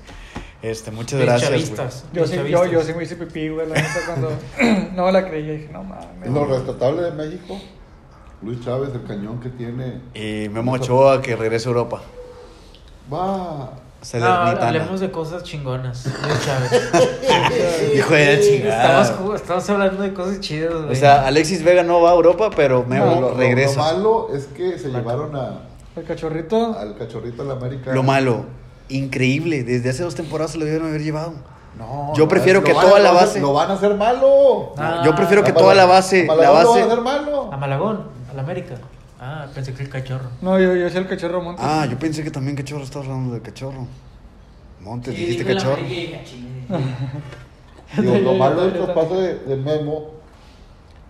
[SPEAKER 1] Este, muchas
[SPEAKER 4] Los
[SPEAKER 1] gracias. güey.
[SPEAKER 4] chavistas.
[SPEAKER 3] Yo
[SPEAKER 4] los
[SPEAKER 3] sí, yo,
[SPEAKER 4] chavistas.
[SPEAKER 3] yo sí me hice pipí, güey, la neta, cuando no me la creía. Dije, no mames.
[SPEAKER 2] Lo rescatable de México, Luis Chávez, el cañón que tiene,
[SPEAKER 1] Y Memo Ochoa que regrese a Europa.
[SPEAKER 2] va.
[SPEAKER 4] No, hablemos
[SPEAKER 1] Salernitana. *laughs*
[SPEAKER 4] de cosas chingonas.
[SPEAKER 3] *laughs*
[SPEAKER 4] Luis Chávez.
[SPEAKER 1] Hijo de la
[SPEAKER 4] estamos,
[SPEAKER 1] chingada.
[SPEAKER 4] ju- estamos hablando de cosas chidas, güey.
[SPEAKER 1] O sea, Alexis Vega no va a Europa, pero
[SPEAKER 2] Lo-
[SPEAKER 1] Memo
[SPEAKER 2] lo,
[SPEAKER 1] regresa.
[SPEAKER 2] lo malo es que se llevaron a,
[SPEAKER 3] El cachorrito.
[SPEAKER 2] al cachorrito de la América.
[SPEAKER 1] Lo malo, increíble. Desde hace dos temporadas se lo debieron haber llevado.
[SPEAKER 2] No,
[SPEAKER 1] Yo
[SPEAKER 2] no,
[SPEAKER 1] prefiero
[SPEAKER 2] lo
[SPEAKER 1] que
[SPEAKER 2] van a-
[SPEAKER 1] toda la
[SPEAKER 2] lo van a-
[SPEAKER 1] base-
[SPEAKER 2] Lo van a hacer malo.
[SPEAKER 4] Ah,
[SPEAKER 1] Yo prefiero que
[SPEAKER 2] A
[SPEAKER 1] toda la
[SPEAKER 2] Malagón-
[SPEAKER 1] base, la
[SPEAKER 2] a Malagón Lo van a hacer
[SPEAKER 1] base.
[SPEAKER 2] malo.
[SPEAKER 4] A Malagón, al América. Ah, pensé que el cachorro.
[SPEAKER 3] No, yo, yo soy el cachorro Montes.
[SPEAKER 1] Ah, yo pensé que también cachorro estabas hablando de cachorro. Montes,
[SPEAKER 5] Sí,
[SPEAKER 1] dijiste
[SPEAKER 5] dijo la
[SPEAKER 1] cachorro.
[SPEAKER 5] América y dije, "Chingue".
[SPEAKER 2] Digo, lo malo de estos
[SPEAKER 3] Yo
[SPEAKER 2] pasos de, del Memo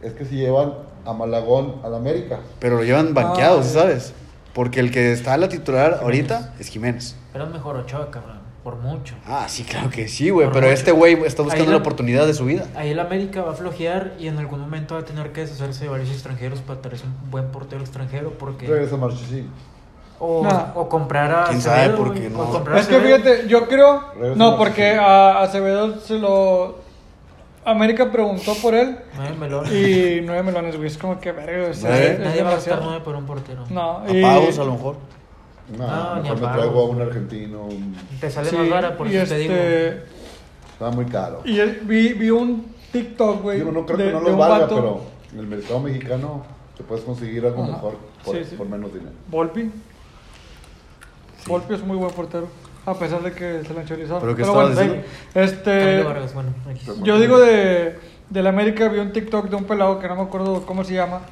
[SPEAKER 2] es que si llevan a Malagón al América.
[SPEAKER 1] Pero lo llevan banqueado,
[SPEAKER 3] Ah,
[SPEAKER 1] ¿sabes? Porque el que está a la titular ahorita es Jiménez.
[SPEAKER 4] Pero es mejor Ochoa, cabrón. Por mucho.
[SPEAKER 1] Ah, sí, claro que sí, güey.
[SPEAKER 4] Por
[SPEAKER 1] Pero
[SPEAKER 4] mucho.
[SPEAKER 1] este güey está
[SPEAKER 4] Ahí
[SPEAKER 1] buscando
[SPEAKER 4] la-
[SPEAKER 1] la oportunidad de su vida.
[SPEAKER 4] Ahí el América va a flojear y en algún momento va a tener que deshacerse de varios extranjeros para traer un buen portero extranjero porque
[SPEAKER 2] Regresa Marchesín.
[SPEAKER 4] o,
[SPEAKER 3] Pues, No.
[SPEAKER 4] o comprar a
[SPEAKER 1] ¿Quién sabe
[SPEAKER 4] Acevedo,
[SPEAKER 1] por
[SPEAKER 4] güey,
[SPEAKER 1] qué
[SPEAKER 4] o
[SPEAKER 1] no?
[SPEAKER 4] comprar a
[SPEAKER 3] Es que
[SPEAKER 4] Acevedo.
[SPEAKER 3] fíjate, yo creo.
[SPEAKER 2] Regresa
[SPEAKER 3] No,
[SPEAKER 2] Martínez.
[SPEAKER 3] porque a Acevedo se lo. América preguntó por él
[SPEAKER 4] Nueve melones.
[SPEAKER 3] y nueve melones, güey. Es como que verga, güey, o sea,
[SPEAKER 2] ¿Eh?
[SPEAKER 1] Nadie-
[SPEAKER 3] es
[SPEAKER 4] Nadie va a gastar
[SPEAKER 3] demasiado.
[SPEAKER 4] nueve por un portero.
[SPEAKER 3] No,
[SPEAKER 1] A Pavos, a lo mejor.
[SPEAKER 2] No,
[SPEAKER 4] No, Ah, ni a
[SPEAKER 2] mejor me
[SPEAKER 4] pagos.
[SPEAKER 2] traigo a un argentino. un-
[SPEAKER 4] Te sale
[SPEAKER 3] sí,
[SPEAKER 4] más cara, por
[SPEAKER 3] y
[SPEAKER 4] eso te
[SPEAKER 3] este,
[SPEAKER 4] digo.
[SPEAKER 2] Está muy caro.
[SPEAKER 3] Y el- vi, vi un TikTok, güey.
[SPEAKER 2] Digo, no creo
[SPEAKER 3] de-
[SPEAKER 2] que no
[SPEAKER 3] de
[SPEAKER 2] lo
[SPEAKER 3] un
[SPEAKER 2] valga,
[SPEAKER 3] vato.
[SPEAKER 2] pero en el mercado mexicano te puedes conseguir algo
[SPEAKER 3] Ajá.
[SPEAKER 2] mejor por,
[SPEAKER 3] Sí, sí.
[SPEAKER 2] por menos dinero.
[SPEAKER 3] Volpi. Volpi es muy buen portero. A pesar de que se la enchorizaron.
[SPEAKER 1] ¿Pero qué
[SPEAKER 3] bueno,
[SPEAKER 1] estabas diciendo?
[SPEAKER 3] sí, este.
[SPEAKER 4] Camilo Vargas, bueno, X.
[SPEAKER 3] Yo digo de, del América, vi un TikTok de un pelado que no me acuerdo cómo se llama.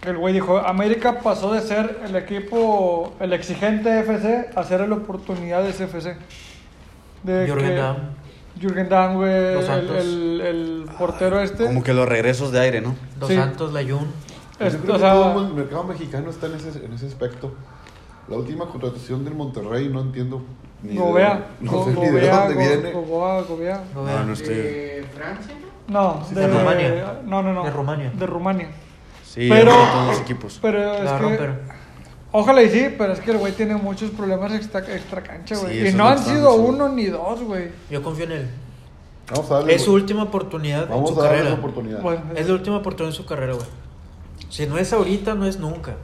[SPEAKER 3] que El güey dijo, América pasó de ser el equipo, el exigente FC, a ser el oportunidades FC. De
[SPEAKER 4] Jürgen
[SPEAKER 3] que-
[SPEAKER 4] Damm.
[SPEAKER 3] Jürgen Damm, güey,
[SPEAKER 4] Los
[SPEAKER 3] el,
[SPEAKER 4] Santos.
[SPEAKER 3] el- el portero
[SPEAKER 2] Ah,
[SPEAKER 3] este.
[SPEAKER 1] Como que los regresos de aire, ¿no?
[SPEAKER 4] Dos
[SPEAKER 3] Sí.
[SPEAKER 4] Santos, Layun.
[SPEAKER 2] Yo
[SPEAKER 3] Es-
[SPEAKER 2] creo
[SPEAKER 3] este, o
[SPEAKER 2] que
[SPEAKER 3] sea,
[SPEAKER 2] todo el mercado mexicano está en ese, en ese aspecto. La última contratación del Monterrey no entiendo. Ni de-
[SPEAKER 3] Gobea.
[SPEAKER 2] *laughs* no
[SPEAKER 3] Go-
[SPEAKER 2] sé ni de
[SPEAKER 3] Gobea,
[SPEAKER 2] dónde
[SPEAKER 3] Go-
[SPEAKER 2] viene.
[SPEAKER 3] Gobea, Gobea.
[SPEAKER 1] No,
[SPEAKER 2] Ah,
[SPEAKER 1] no estoy.
[SPEAKER 5] ¿De Francia, no?
[SPEAKER 3] No,
[SPEAKER 4] de Rumania.
[SPEAKER 3] No, no, no.
[SPEAKER 4] De Rumania.
[SPEAKER 3] De Rumania.
[SPEAKER 1] Sí,
[SPEAKER 3] Pero-
[SPEAKER 1] ahorita todos los
[SPEAKER 2] *laughs*
[SPEAKER 1] equipos.
[SPEAKER 3] Pero es
[SPEAKER 4] La
[SPEAKER 3] que...
[SPEAKER 4] romper.
[SPEAKER 3] Ojalá y sí, pero es que el güey tiene muchos problemas extra, extra cancha,
[SPEAKER 1] Sí,
[SPEAKER 3] güey.
[SPEAKER 1] eso
[SPEAKER 3] y
[SPEAKER 1] es
[SPEAKER 3] no
[SPEAKER 1] lo
[SPEAKER 3] han
[SPEAKER 1] que están
[SPEAKER 3] sido
[SPEAKER 1] diciendo.
[SPEAKER 3] uno ni dos, güey.
[SPEAKER 4] Yo confío en él.
[SPEAKER 2] Vamos a darle.
[SPEAKER 4] Es su
[SPEAKER 2] güey.
[SPEAKER 4] última oportunidad en
[SPEAKER 2] Vamos
[SPEAKER 4] su
[SPEAKER 2] a darle
[SPEAKER 4] carrera.
[SPEAKER 2] esa oportunidad.
[SPEAKER 3] Bueno,
[SPEAKER 4] Es la última oportunidad en su carrera, güey. Si no es ahorita, no es nunca.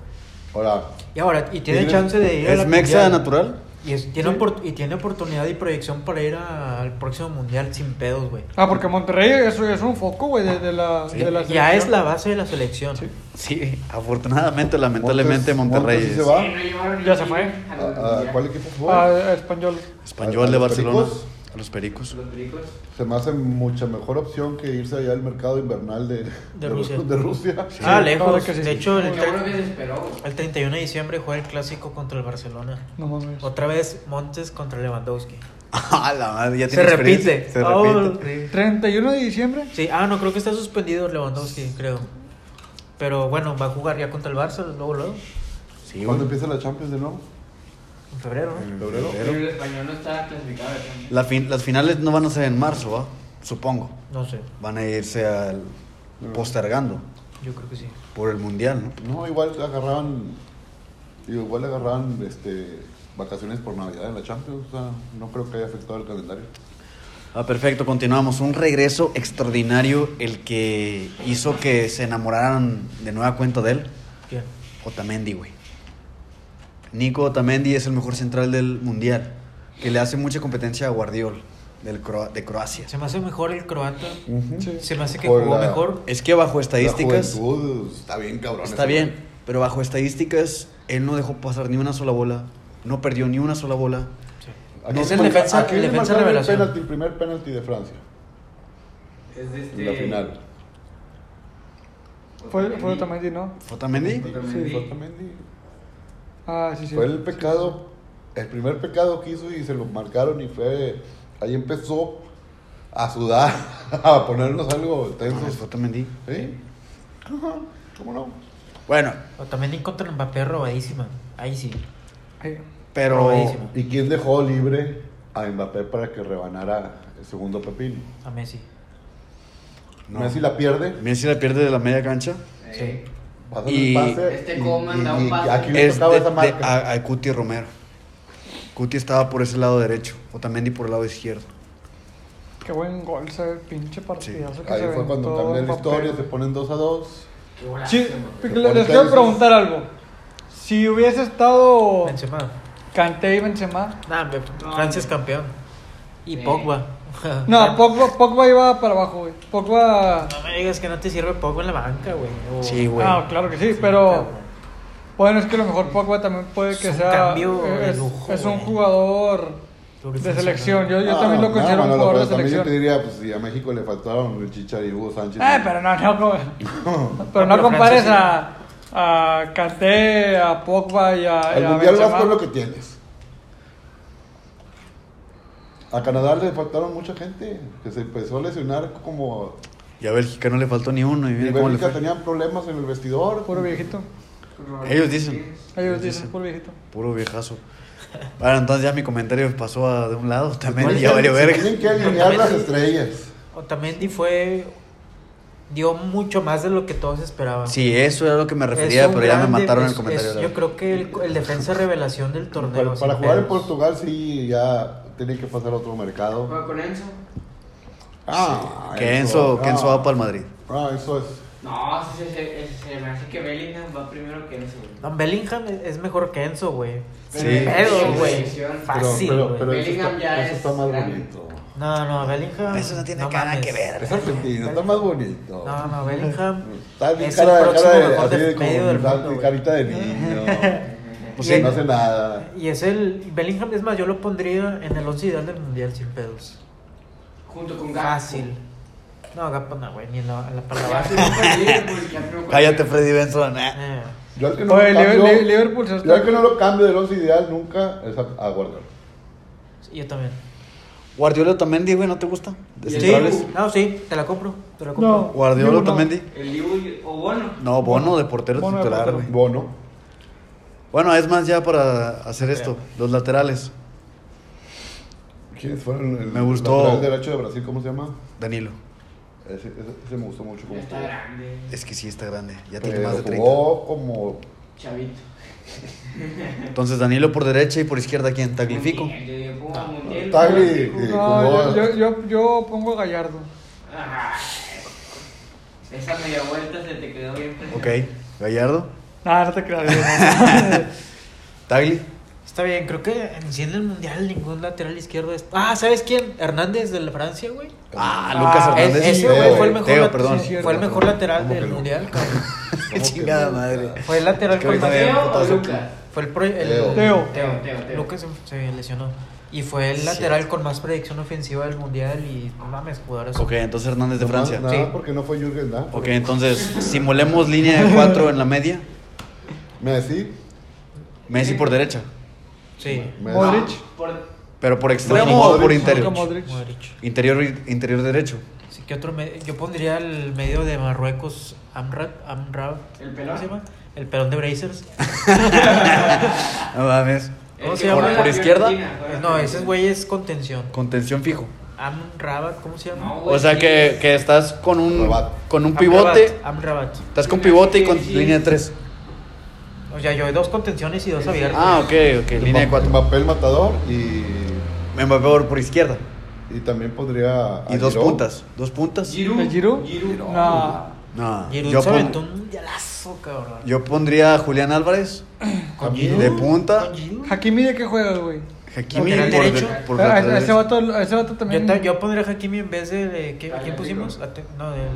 [SPEAKER 2] Ahora,
[SPEAKER 4] Y ahora, y tiene
[SPEAKER 2] ¿Tienes-
[SPEAKER 4] chance de ir a la
[SPEAKER 1] ¿Es Mexa
[SPEAKER 4] Mundial.
[SPEAKER 1] natural?
[SPEAKER 4] Y, es- tiene opor- y tiene oportunidad y proyección para ir a- al próximo mundial sin pedos, güey.
[SPEAKER 3] Ah, porque Monterrey es, es un foco, güey, de, de la, de la selección.
[SPEAKER 4] Ya es la base de la selección. Ah,
[SPEAKER 1] Sí, afortunadamente, lamentablemente,
[SPEAKER 2] Montes-
[SPEAKER 1] Monterrey
[SPEAKER 2] Montes sí
[SPEAKER 1] es
[SPEAKER 2] se va.
[SPEAKER 5] Sí, no llevaron
[SPEAKER 3] Ya
[SPEAKER 5] ni
[SPEAKER 3] se fue.
[SPEAKER 5] a los
[SPEAKER 2] ¿a- a
[SPEAKER 5] mundial.
[SPEAKER 2] ¿cuál equipo fue?
[SPEAKER 3] Ah, español.
[SPEAKER 2] ¿A-
[SPEAKER 1] español
[SPEAKER 2] a
[SPEAKER 1] de
[SPEAKER 2] los
[SPEAKER 1] Barcelona.
[SPEAKER 2] Pericos?
[SPEAKER 1] A los
[SPEAKER 2] *laughs*
[SPEAKER 1] pericos.
[SPEAKER 5] Los pericos.
[SPEAKER 2] Se me hace mucha mejor opción que irse allá al mercado invernal de,
[SPEAKER 4] Rusia.
[SPEAKER 2] de Rusia.
[SPEAKER 4] Ah,
[SPEAKER 3] claro
[SPEAKER 4] lejos.
[SPEAKER 3] que sí.
[SPEAKER 4] De hecho, el,
[SPEAKER 5] Qué bueno que se
[SPEAKER 4] tre-
[SPEAKER 5] esperó, güey.
[SPEAKER 4] el 31 de diciembre juega el clásico contra el Barcelona.
[SPEAKER 3] No mames.
[SPEAKER 4] Otra vez Montes contra Lewandowski.
[SPEAKER 1] Ah, la madre, ya
[SPEAKER 4] Se
[SPEAKER 1] tiene experiencia.
[SPEAKER 4] repite.
[SPEAKER 1] Se
[SPEAKER 4] Oh,
[SPEAKER 1] repite.
[SPEAKER 4] sí.
[SPEAKER 3] 31 de diciembre.
[SPEAKER 4] Sí, ah, no, creo que está suspendido Lewandowski, creo. Pero bueno, va a jugar ya contra el Barça, luego, luego,
[SPEAKER 1] Sí,
[SPEAKER 2] ¿Cuándo
[SPEAKER 1] güey.
[SPEAKER 2] empieza la Champions de nuevo?
[SPEAKER 4] en febrero. ¿no?
[SPEAKER 1] Mm.
[SPEAKER 2] ¿En febrero?
[SPEAKER 5] Pero el español no está clasificado. de Champions.
[SPEAKER 1] La fin- las finales no van a ser en marzo, ¿va? Supongo.
[SPEAKER 4] No sé,
[SPEAKER 1] Van a irse al postergando
[SPEAKER 4] yo creo que sí.
[SPEAKER 1] por el mundial, ¿no?
[SPEAKER 2] No, igual agarraban. Digo, igual agarraban este, vacaciones por Navidad en la Champions. O sea, no creo que haya afectado el calendario.
[SPEAKER 1] Ah, perfecto, continuamos. Un regreso extraordinario el que hizo que se enamoraran de nueva cuenta de él.
[SPEAKER 4] Bien.
[SPEAKER 1] Otamendi, güey. Nico Otamendi es el mejor central del mundial, que le hace mucha competencia a Guardiol del Croa- de Croacia.
[SPEAKER 4] Se me hace mejor el croata.
[SPEAKER 3] Sí.
[SPEAKER 4] Se me hace que
[SPEAKER 2] Por
[SPEAKER 4] jugó
[SPEAKER 2] la-
[SPEAKER 4] mejor.
[SPEAKER 1] Es que bajo
[SPEAKER 2] La
[SPEAKER 1] estadísticas
[SPEAKER 2] juventud está bien, cabrón.
[SPEAKER 1] está bien, pero bajo estadísticas él no dejó pasar ni una sola bola, no perdió ni una sola bola.
[SPEAKER 4] Sí.
[SPEAKER 1] No,
[SPEAKER 2] es
[SPEAKER 1] el
[SPEAKER 4] defensa- el defensa revelación.
[SPEAKER 2] El, penalti, el primer penalti de Francia
[SPEAKER 5] Es de este.
[SPEAKER 2] en la final.
[SPEAKER 3] Fue, fue Otamendi, ¿no?
[SPEAKER 1] Otamendi
[SPEAKER 5] Otamendi.
[SPEAKER 2] Fue Otamendi.
[SPEAKER 3] Ah, sí, sí.
[SPEAKER 2] Fue el pecado, el primer pecado que hizo y se lo marcaron y fue. Ahí empezó a sudar, *laughs* a ponernos algo
[SPEAKER 1] No, es
[SPEAKER 2] tensos.
[SPEAKER 1] Otamendi.
[SPEAKER 2] ¿Sí? Ajá, ¿Cómo no?
[SPEAKER 1] Bueno,
[SPEAKER 4] Otamendi contra Mbappé robadísima. Ahí sí.
[SPEAKER 3] Sí.
[SPEAKER 1] pero
[SPEAKER 4] Probadísimo.
[SPEAKER 2] ¿Y quién dejó libre a Mbappé para que rebanara el segundo pepino?
[SPEAKER 4] A Messi.
[SPEAKER 1] no.
[SPEAKER 2] Messi la pierde,
[SPEAKER 1] Messi la pierde de la media cancha.
[SPEAKER 5] Sí.
[SPEAKER 2] pasa
[SPEAKER 1] Y-
[SPEAKER 2] el pase.
[SPEAKER 5] Este
[SPEAKER 2] y-
[SPEAKER 5] Coman da un pase.
[SPEAKER 2] aquí le
[SPEAKER 1] Es
[SPEAKER 2] tocaba
[SPEAKER 1] de-
[SPEAKER 2] esa
[SPEAKER 1] de- ah.
[SPEAKER 2] marca.
[SPEAKER 1] a, a Cuti Romero. Cuti estaba por ese lado derecho, Otamendi por el lado izquierdo.
[SPEAKER 3] Qué buen gol, ese pinche partidazo que
[SPEAKER 2] Ahí
[SPEAKER 3] se
[SPEAKER 2] fue cuando
[SPEAKER 3] aventó
[SPEAKER 2] cambió la
[SPEAKER 3] Mbappé.
[SPEAKER 2] historia, se ponen 2 a 2.
[SPEAKER 5] Qué golazo,
[SPEAKER 3] Sí,
[SPEAKER 5] güey.
[SPEAKER 3] porque les quiero preguntar algo. Si hubiese estado
[SPEAKER 4] Benzema.
[SPEAKER 3] Kanté y Benzema,
[SPEAKER 4] Nah, me-
[SPEAKER 3] pues,
[SPEAKER 4] Francia es campeón. Y
[SPEAKER 5] Sí.
[SPEAKER 4] Pogba. *laughs*
[SPEAKER 3] No, Pogba, Pogba iba para abajo, güey. Pogba.
[SPEAKER 4] No me digas que no te sirve Pogba en la banca, güey. O-
[SPEAKER 1] Sí, güey.
[SPEAKER 3] Ah, claro que sí,
[SPEAKER 4] claro,
[SPEAKER 3] pero.
[SPEAKER 4] güey.
[SPEAKER 3] Bueno, es que a lo mejor Pogba también puede
[SPEAKER 4] Es
[SPEAKER 3] que
[SPEAKER 4] un
[SPEAKER 3] sea.
[SPEAKER 4] cambio de
[SPEAKER 3] es,
[SPEAKER 4] lujo,
[SPEAKER 3] es un
[SPEAKER 4] güey.
[SPEAKER 3] jugador De selección, yo, yo
[SPEAKER 2] Ah,
[SPEAKER 3] también lo
[SPEAKER 2] no,
[SPEAKER 3] considero un
[SPEAKER 2] Manolo,
[SPEAKER 3] jugador de
[SPEAKER 2] pero también Yo
[SPEAKER 3] selección.
[SPEAKER 2] te diría, pues si a México le faltaron el Chichar y Hugo Sánchez.
[SPEAKER 3] Eh, pero no, no, co- pero no
[SPEAKER 4] Pero
[SPEAKER 3] compares
[SPEAKER 4] Francia
[SPEAKER 3] a, a Kanté, a Pogba y a, y
[SPEAKER 2] El
[SPEAKER 3] a
[SPEAKER 2] mundial vas
[SPEAKER 3] Benzema.
[SPEAKER 2] con lo que tienes. A Canadá le faltaron mucha gente que se empezó a lesionar como
[SPEAKER 1] Y a Bélgica no le faltó ni uno. Y
[SPEAKER 2] y
[SPEAKER 1] mira cómo le
[SPEAKER 2] Bélgica
[SPEAKER 1] fue.
[SPEAKER 2] tenían problemas en el vestidor.
[SPEAKER 3] Puro viejito.
[SPEAKER 1] Ellos dicen.
[SPEAKER 3] Ellos dicen, puro viejito.
[SPEAKER 1] Puro viejazo. Bueno, entonces ya mi comentario pasó a- de un lado también.
[SPEAKER 2] Tienen
[SPEAKER 1] Ya
[SPEAKER 2] que-
[SPEAKER 1] valió
[SPEAKER 2] se
[SPEAKER 1] verga.
[SPEAKER 2] Tienen que alinear las estrellas.
[SPEAKER 4] O también y fue dio mucho más de lo que todos esperaban.
[SPEAKER 1] Sí, eso era lo que me
[SPEAKER 4] Es
[SPEAKER 1] refería,
[SPEAKER 4] un
[SPEAKER 1] pero ya me
[SPEAKER 4] gran de-
[SPEAKER 1] mataron
[SPEAKER 4] es-
[SPEAKER 1] el comentario.
[SPEAKER 4] es-
[SPEAKER 1] la
[SPEAKER 4] yo
[SPEAKER 1] verdad.
[SPEAKER 4] creo que el, el defensa revelación del torneo.
[SPEAKER 2] Para,
[SPEAKER 4] sin
[SPEAKER 2] para jugar en
[SPEAKER 4] pedos.
[SPEAKER 2] Portugal sí ya tiene que pasar a otro mercado.
[SPEAKER 5] Juega con Enzo.
[SPEAKER 2] Ah,
[SPEAKER 1] Que Enzo,
[SPEAKER 2] ah,
[SPEAKER 1] que Enzo va para el Madrid.
[SPEAKER 2] Ah, eso es.
[SPEAKER 5] No, sí, sí, sí, sí, se me hace que Bellingham va primero que Enzo. güey.
[SPEAKER 4] No, Bellingham es es mejor que Enzo, güey.
[SPEAKER 1] Sí.
[SPEAKER 5] Pero
[SPEAKER 4] Pero, güey.
[SPEAKER 5] selección.
[SPEAKER 2] Pero,
[SPEAKER 4] Fácil,
[SPEAKER 2] pero,
[SPEAKER 4] güey.
[SPEAKER 2] pero eso
[SPEAKER 5] Bellingham
[SPEAKER 2] está,
[SPEAKER 5] ya
[SPEAKER 2] eso
[SPEAKER 5] es
[SPEAKER 2] está más
[SPEAKER 5] grande.
[SPEAKER 2] bonito.
[SPEAKER 4] No, no, Bellingham.
[SPEAKER 1] Eso no tiene nada
[SPEAKER 4] mames.
[SPEAKER 1] que ver.
[SPEAKER 2] Es argentino, está más bonito.
[SPEAKER 4] No, no, Bellingham.
[SPEAKER 2] Está bien
[SPEAKER 4] es el
[SPEAKER 2] cara,
[SPEAKER 4] próximo
[SPEAKER 2] cara de,
[SPEAKER 4] mejor
[SPEAKER 2] así de
[SPEAKER 4] de-
[SPEAKER 2] como
[SPEAKER 4] medio del
[SPEAKER 2] mitad-
[SPEAKER 4] mundo, güey.
[SPEAKER 2] carita de
[SPEAKER 4] *laughs*
[SPEAKER 2] niño.
[SPEAKER 1] Pues
[SPEAKER 4] Y
[SPEAKER 1] sí.
[SPEAKER 2] no hace nada.
[SPEAKER 4] Y es el. Bellingham, es más, yo lo pondría en el 11 ideal del mundial sin pedos.
[SPEAKER 5] Junto con Gago.
[SPEAKER 4] Fácil. No, Gapo, no, güey, ni en la, en la
[SPEAKER 5] *laughs* Ya
[SPEAKER 4] palabra.
[SPEAKER 5] *laughs* firmó con Liverpool, ya firmó con
[SPEAKER 1] Cállate,
[SPEAKER 5] Liverpool.
[SPEAKER 1] Freddy Benson. eh.
[SPEAKER 4] Eh,
[SPEAKER 2] Yo al que no,
[SPEAKER 3] Oye,
[SPEAKER 2] lo
[SPEAKER 3] Liber-
[SPEAKER 2] cambio-
[SPEAKER 3] Li- Liverpool se
[SPEAKER 2] yo al
[SPEAKER 3] está...
[SPEAKER 2] que no lo cambio del once ideal nunca es a, a Guardiola.
[SPEAKER 4] yo también.
[SPEAKER 1] Guardiola también, güey, ¿no te gusta? ¿De
[SPEAKER 5] Sí.
[SPEAKER 1] centrales?
[SPEAKER 4] No, sí, te la compro. Te la compro.
[SPEAKER 3] No.
[SPEAKER 1] Guardiola
[SPEAKER 3] Yo no.
[SPEAKER 1] también, di.
[SPEAKER 5] El Liverpool o Bono.
[SPEAKER 1] No, Bono de portero
[SPEAKER 3] Bono de
[SPEAKER 1] titular,
[SPEAKER 3] portero.
[SPEAKER 1] güey.
[SPEAKER 2] Bono.
[SPEAKER 1] Bueno, es más ya para hacer esto, los laterales.
[SPEAKER 2] ¿Quiénes fueron? El,
[SPEAKER 1] Me gustó.
[SPEAKER 2] El lateral derecho de Brasil, ¿cómo se llama?
[SPEAKER 1] Danilo,
[SPEAKER 2] Ese, ese, ese me gustó mucho. Como
[SPEAKER 5] Ya está
[SPEAKER 2] jugó.
[SPEAKER 5] grande.
[SPEAKER 1] es que sí está grande, ya tiene
[SPEAKER 2] Pero
[SPEAKER 1] más de 30.
[SPEAKER 2] Eh, jugó como...
[SPEAKER 5] Chavito.
[SPEAKER 1] Entonces Danilo por derecha y por izquierda, ¿quién? Taglifico.
[SPEAKER 5] Mundial, yo digo, como Mundial,
[SPEAKER 2] Tagli,
[SPEAKER 5] como-
[SPEAKER 2] eh,
[SPEAKER 3] No,
[SPEAKER 2] jugó-
[SPEAKER 3] yo, yo, yo pongo a Gallardo.
[SPEAKER 5] Ah, Esa media vuelta se te quedó bien
[SPEAKER 1] Ok,
[SPEAKER 5] presente.
[SPEAKER 1] Gallardo,
[SPEAKER 3] Ah, no te creas. yo no.
[SPEAKER 1] Tagli.
[SPEAKER 4] Está bien, creo que en sí en el mundial ningún lateral izquierdo es. Ah, ¿sabes quién? Hernández de la Francia, güey.
[SPEAKER 1] Ah,
[SPEAKER 3] Ah,
[SPEAKER 1] Lucas
[SPEAKER 4] Es-
[SPEAKER 1] Hernández. eh,
[SPEAKER 4] ese
[SPEAKER 2] Teo,
[SPEAKER 4] güey fue
[SPEAKER 2] güey.
[SPEAKER 4] el mejor,
[SPEAKER 1] Teo,
[SPEAKER 4] lat-
[SPEAKER 1] perdón.
[SPEAKER 4] sí, fue el mejor lateral
[SPEAKER 2] ¿Cómo
[SPEAKER 4] del
[SPEAKER 2] que no?
[SPEAKER 4] mundial, cabrón.
[SPEAKER 1] *laughs*
[SPEAKER 2] ¿Cómo
[SPEAKER 1] Chingada
[SPEAKER 2] que no?
[SPEAKER 1] madre.
[SPEAKER 4] Fue el lateral
[SPEAKER 1] Es que
[SPEAKER 4] con
[SPEAKER 1] ahorita
[SPEAKER 4] más-
[SPEAKER 1] bien,
[SPEAKER 5] ¿Teo o
[SPEAKER 1] putazo.
[SPEAKER 5] Lucas?
[SPEAKER 4] Fue el, pro- el-
[SPEAKER 2] Teo.
[SPEAKER 3] Teo.
[SPEAKER 4] Teo,
[SPEAKER 5] Teo, Teo.
[SPEAKER 4] Lucas se lesionó. Y fue el lateral con más predicción ofensiva del mundial. Y no mames, jugadores.
[SPEAKER 1] Ok, entonces Hernández de
[SPEAKER 2] Nomás-
[SPEAKER 1] Francia.
[SPEAKER 2] Nada,
[SPEAKER 4] Sí.
[SPEAKER 2] porque no fue Jürgen Damm.
[SPEAKER 1] Ok, entonces simulemos línea de cuatro en la media.
[SPEAKER 2] Messi.
[SPEAKER 1] Messi por derecha,
[SPEAKER 4] Sí.
[SPEAKER 2] Messi.
[SPEAKER 3] *laughs*
[SPEAKER 5] *laughs*
[SPEAKER 3] Modric.
[SPEAKER 5] Por-
[SPEAKER 1] pero por extremo
[SPEAKER 2] Modric,
[SPEAKER 1] o por
[SPEAKER 3] Luka
[SPEAKER 1] interior.
[SPEAKER 3] Modric.
[SPEAKER 4] Modric.
[SPEAKER 1] Interior, interior derecho.
[SPEAKER 4] Sí, ¿qué otro me- Yo pondría el medio de Marruecos, Amrat, Amrat.
[SPEAKER 5] ¿El
[SPEAKER 4] ¿Cómo
[SPEAKER 5] pelón?
[SPEAKER 4] se llama? El pelón de Brazers.
[SPEAKER 1] No mames.
[SPEAKER 4] ¿Cómo
[SPEAKER 5] el
[SPEAKER 4] se
[SPEAKER 5] que
[SPEAKER 4] llama?
[SPEAKER 5] juega
[SPEAKER 1] ¿Por
[SPEAKER 5] la
[SPEAKER 1] izquierda?
[SPEAKER 5] Fiorentina, juega la
[SPEAKER 4] No, ese
[SPEAKER 5] Fiorentina.
[SPEAKER 4] güey es contención.
[SPEAKER 1] Contención fijo.
[SPEAKER 4] Amrabat, ¿cómo se llama?
[SPEAKER 5] No, güey,
[SPEAKER 1] O sea
[SPEAKER 5] sí.
[SPEAKER 1] que, que estás con un,
[SPEAKER 2] Rabat.
[SPEAKER 1] con un pivote.
[SPEAKER 4] Amrabat. Amrabat.
[SPEAKER 1] Estás con pivote y con línea de tres.
[SPEAKER 4] O sea, yo dos contenciones y dos abiertos.
[SPEAKER 1] Ah, ok, ok. Línea de cuatro.
[SPEAKER 2] Mbappé el matador y,
[SPEAKER 1] Mbappé por, por izquierda.
[SPEAKER 2] y también podría... a
[SPEAKER 1] Y dos
[SPEAKER 2] Giroud.
[SPEAKER 1] puntas. Dos puntas.
[SPEAKER 5] Giroud.
[SPEAKER 3] ¿El Giroud?
[SPEAKER 5] Giroud. Ah,
[SPEAKER 3] No.
[SPEAKER 1] No.
[SPEAKER 4] Y el
[SPEAKER 1] Yo,
[SPEAKER 4] se
[SPEAKER 1] pon-
[SPEAKER 4] aventó un yalazo, cabrón.
[SPEAKER 1] yo pondría a Julián Álvarez.
[SPEAKER 4] Con
[SPEAKER 2] Camilo.
[SPEAKER 4] Giroud,
[SPEAKER 1] de punta.
[SPEAKER 4] con Giroud.
[SPEAKER 3] Hakimi de qué juega, güey.
[SPEAKER 1] Hakimi
[SPEAKER 4] Lateral
[SPEAKER 1] por,
[SPEAKER 4] derecho.
[SPEAKER 1] de- por
[SPEAKER 3] Ah,
[SPEAKER 1] lateral
[SPEAKER 3] a- a ese
[SPEAKER 1] derecho.
[SPEAKER 3] vato, a ese vato también.
[SPEAKER 4] Yo, ta- yo pondría a Hakimi en vez de. de- ¿qué-
[SPEAKER 5] Ah,
[SPEAKER 4] ¿Quién
[SPEAKER 5] ya,
[SPEAKER 4] pusimos?
[SPEAKER 5] digo.
[SPEAKER 4] Ate- no, del.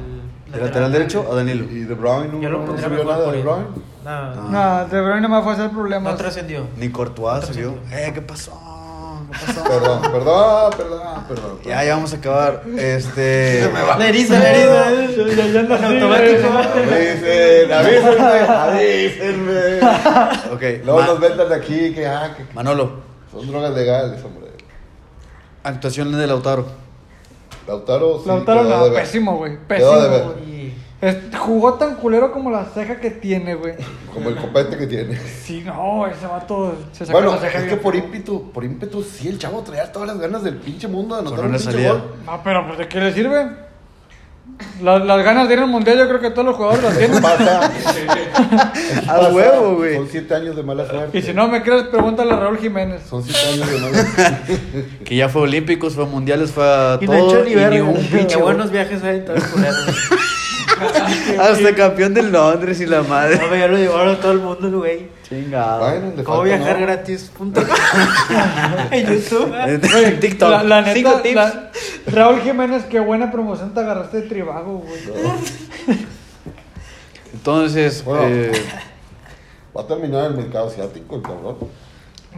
[SPEAKER 1] De lateral derecho a Danilo.
[SPEAKER 2] Y De Bruyne, no,
[SPEAKER 4] Yo lo
[SPEAKER 2] no
[SPEAKER 4] pondría
[SPEAKER 2] se vio
[SPEAKER 4] mejor
[SPEAKER 2] nada
[SPEAKER 4] por
[SPEAKER 2] de
[SPEAKER 4] él.
[SPEAKER 2] De Bruyne.
[SPEAKER 1] Ah.
[SPEAKER 4] No,
[SPEAKER 3] No, De Bruyne más fue a hacer problemas.
[SPEAKER 4] no
[SPEAKER 1] *laughs*
[SPEAKER 4] trascendió.
[SPEAKER 1] Ni Courtois
[SPEAKER 4] Otro
[SPEAKER 1] se vio.
[SPEAKER 4] centro.
[SPEAKER 1] Eh, ¿qué pasó? ¿Qué pasó?
[SPEAKER 2] Perdón, perdón, perdón, perdón.
[SPEAKER 1] *laughs* Ya, ya vamos a acabar. Este.
[SPEAKER 4] La eriza, la eriza.
[SPEAKER 3] Ya, ya anda
[SPEAKER 4] En
[SPEAKER 3] así,
[SPEAKER 4] automático.
[SPEAKER 2] Avisen, avísenme, avísenme.
[SPEAKER 1] Ok.
[SPEAKER 2] Luego
[SPEAKER 1] Ma-
[SPEAKER 2] nos vendan de aquí que, ah, que
[SPEAKER 1] Manolo,
[SPEAKER 2] son drogas legales, hombre.
[SPEAKER 1] actuaciones de Lautaro.
[SPEAKER 2] Lautaro sí.
[SPEAKER 3] Lautaro
[SPEAKER 2] quedó
[SPEAKER 3] no,
[SPEAKER 2] de ver.
[SPEAKER 3] pésimo, güey.
[SPEAKER 2] Quedó de ver.
[SPEAKER 3] Pésimo, güey.
[SPEAKER 4] Y-
[SPEAKER 3] Es- Jugó tan culero como la ceja que tiene, güey.
[SPEAKER 2] Como el copete que tiene.
[SPEAKER 3] Sí, no, ese vato se sacó
[SPEAKER 2] Bueno,
[SPEAKER 3] la ceja.
[SPEAKER 2] es que
[SPEAKER 3] bien.
[SPEAKER 2] por ímpetu, por ímpetu sí, el chavo traía todas las ganas del pinche mundo de anotar
[SPEAKER 1] Con
[SPEAKER 2] un
[SPEAKER 1] una
[SPEAKER 2] pinche
[SPEAKER 1] salida.
[SPEAKER 2] gol.
[SPEAKER 3] No, pero pues, ¿de qué le sirve? Las, las ganas de ir al mundial, yo creo que todos los jugadores las tienen.
[SPEAKER 2] Pasa.
[SPEAKER 1] A *laughs*
[SPEAKER 2] Pasa.
[SPEAKER 1] huevo, güey.
[SPEAKER 2] Son siete años de mala suerte.
[SPEAKER 3] Y si no me crees, pregúntale a Raúl Jiménez.
[SPEAKER 2] Son siete años de mala
[SPEAKER 1] *laughs*
[SPEAKER 2] suerte.
[SPEAKER 1] Que ya fue a olímpicos, fue a mundiales, fue a
[SPEAKER 4] Y
[SPEAKER 1] todo.
[SPEAKER 4] no he hecho ni
[SPEAKER 1] y ni
[SPEAKER 4] verga.
[SPEAKER 1] un pinche
[SPEAKER 4] *laughs* Qué buenos viajes
[SPEAKER 1] *laughs*
[SPEAKER 4] a él, todo el culero.
[SPEAKER 1] Hasta campeón de Londres y la madre.
[SPEAKER 4] No, ya lo llevaron a todo el mundo, güey.
[SPEAKER 1] Chingado.
[SPEAKER 2] Bueno, le
[SPEAKER 4] ¿Cómo
[SPEAKER 2] falta,
[SPEAKER 4] viajar
[SPEAKER 2] ¿no?
[SPEAKER 4] gratis? Punto. en YouTube.
[SPEAKER 1] En TikTok.
[SPEAKER 3] La, la neta,
[SPEAKER 1] Cinco tips.
[SPEAKER 3] la- Raúl Jiménez, qué buena promoción te agarraste de Tribago, güey.
[SPEAKER 1] Entonces,
[SPEAKER 2] Bueno.
[SPEAKER 1] eh,
[SPEAKER 2] Va a terminar el mercado asiático, el cabrón.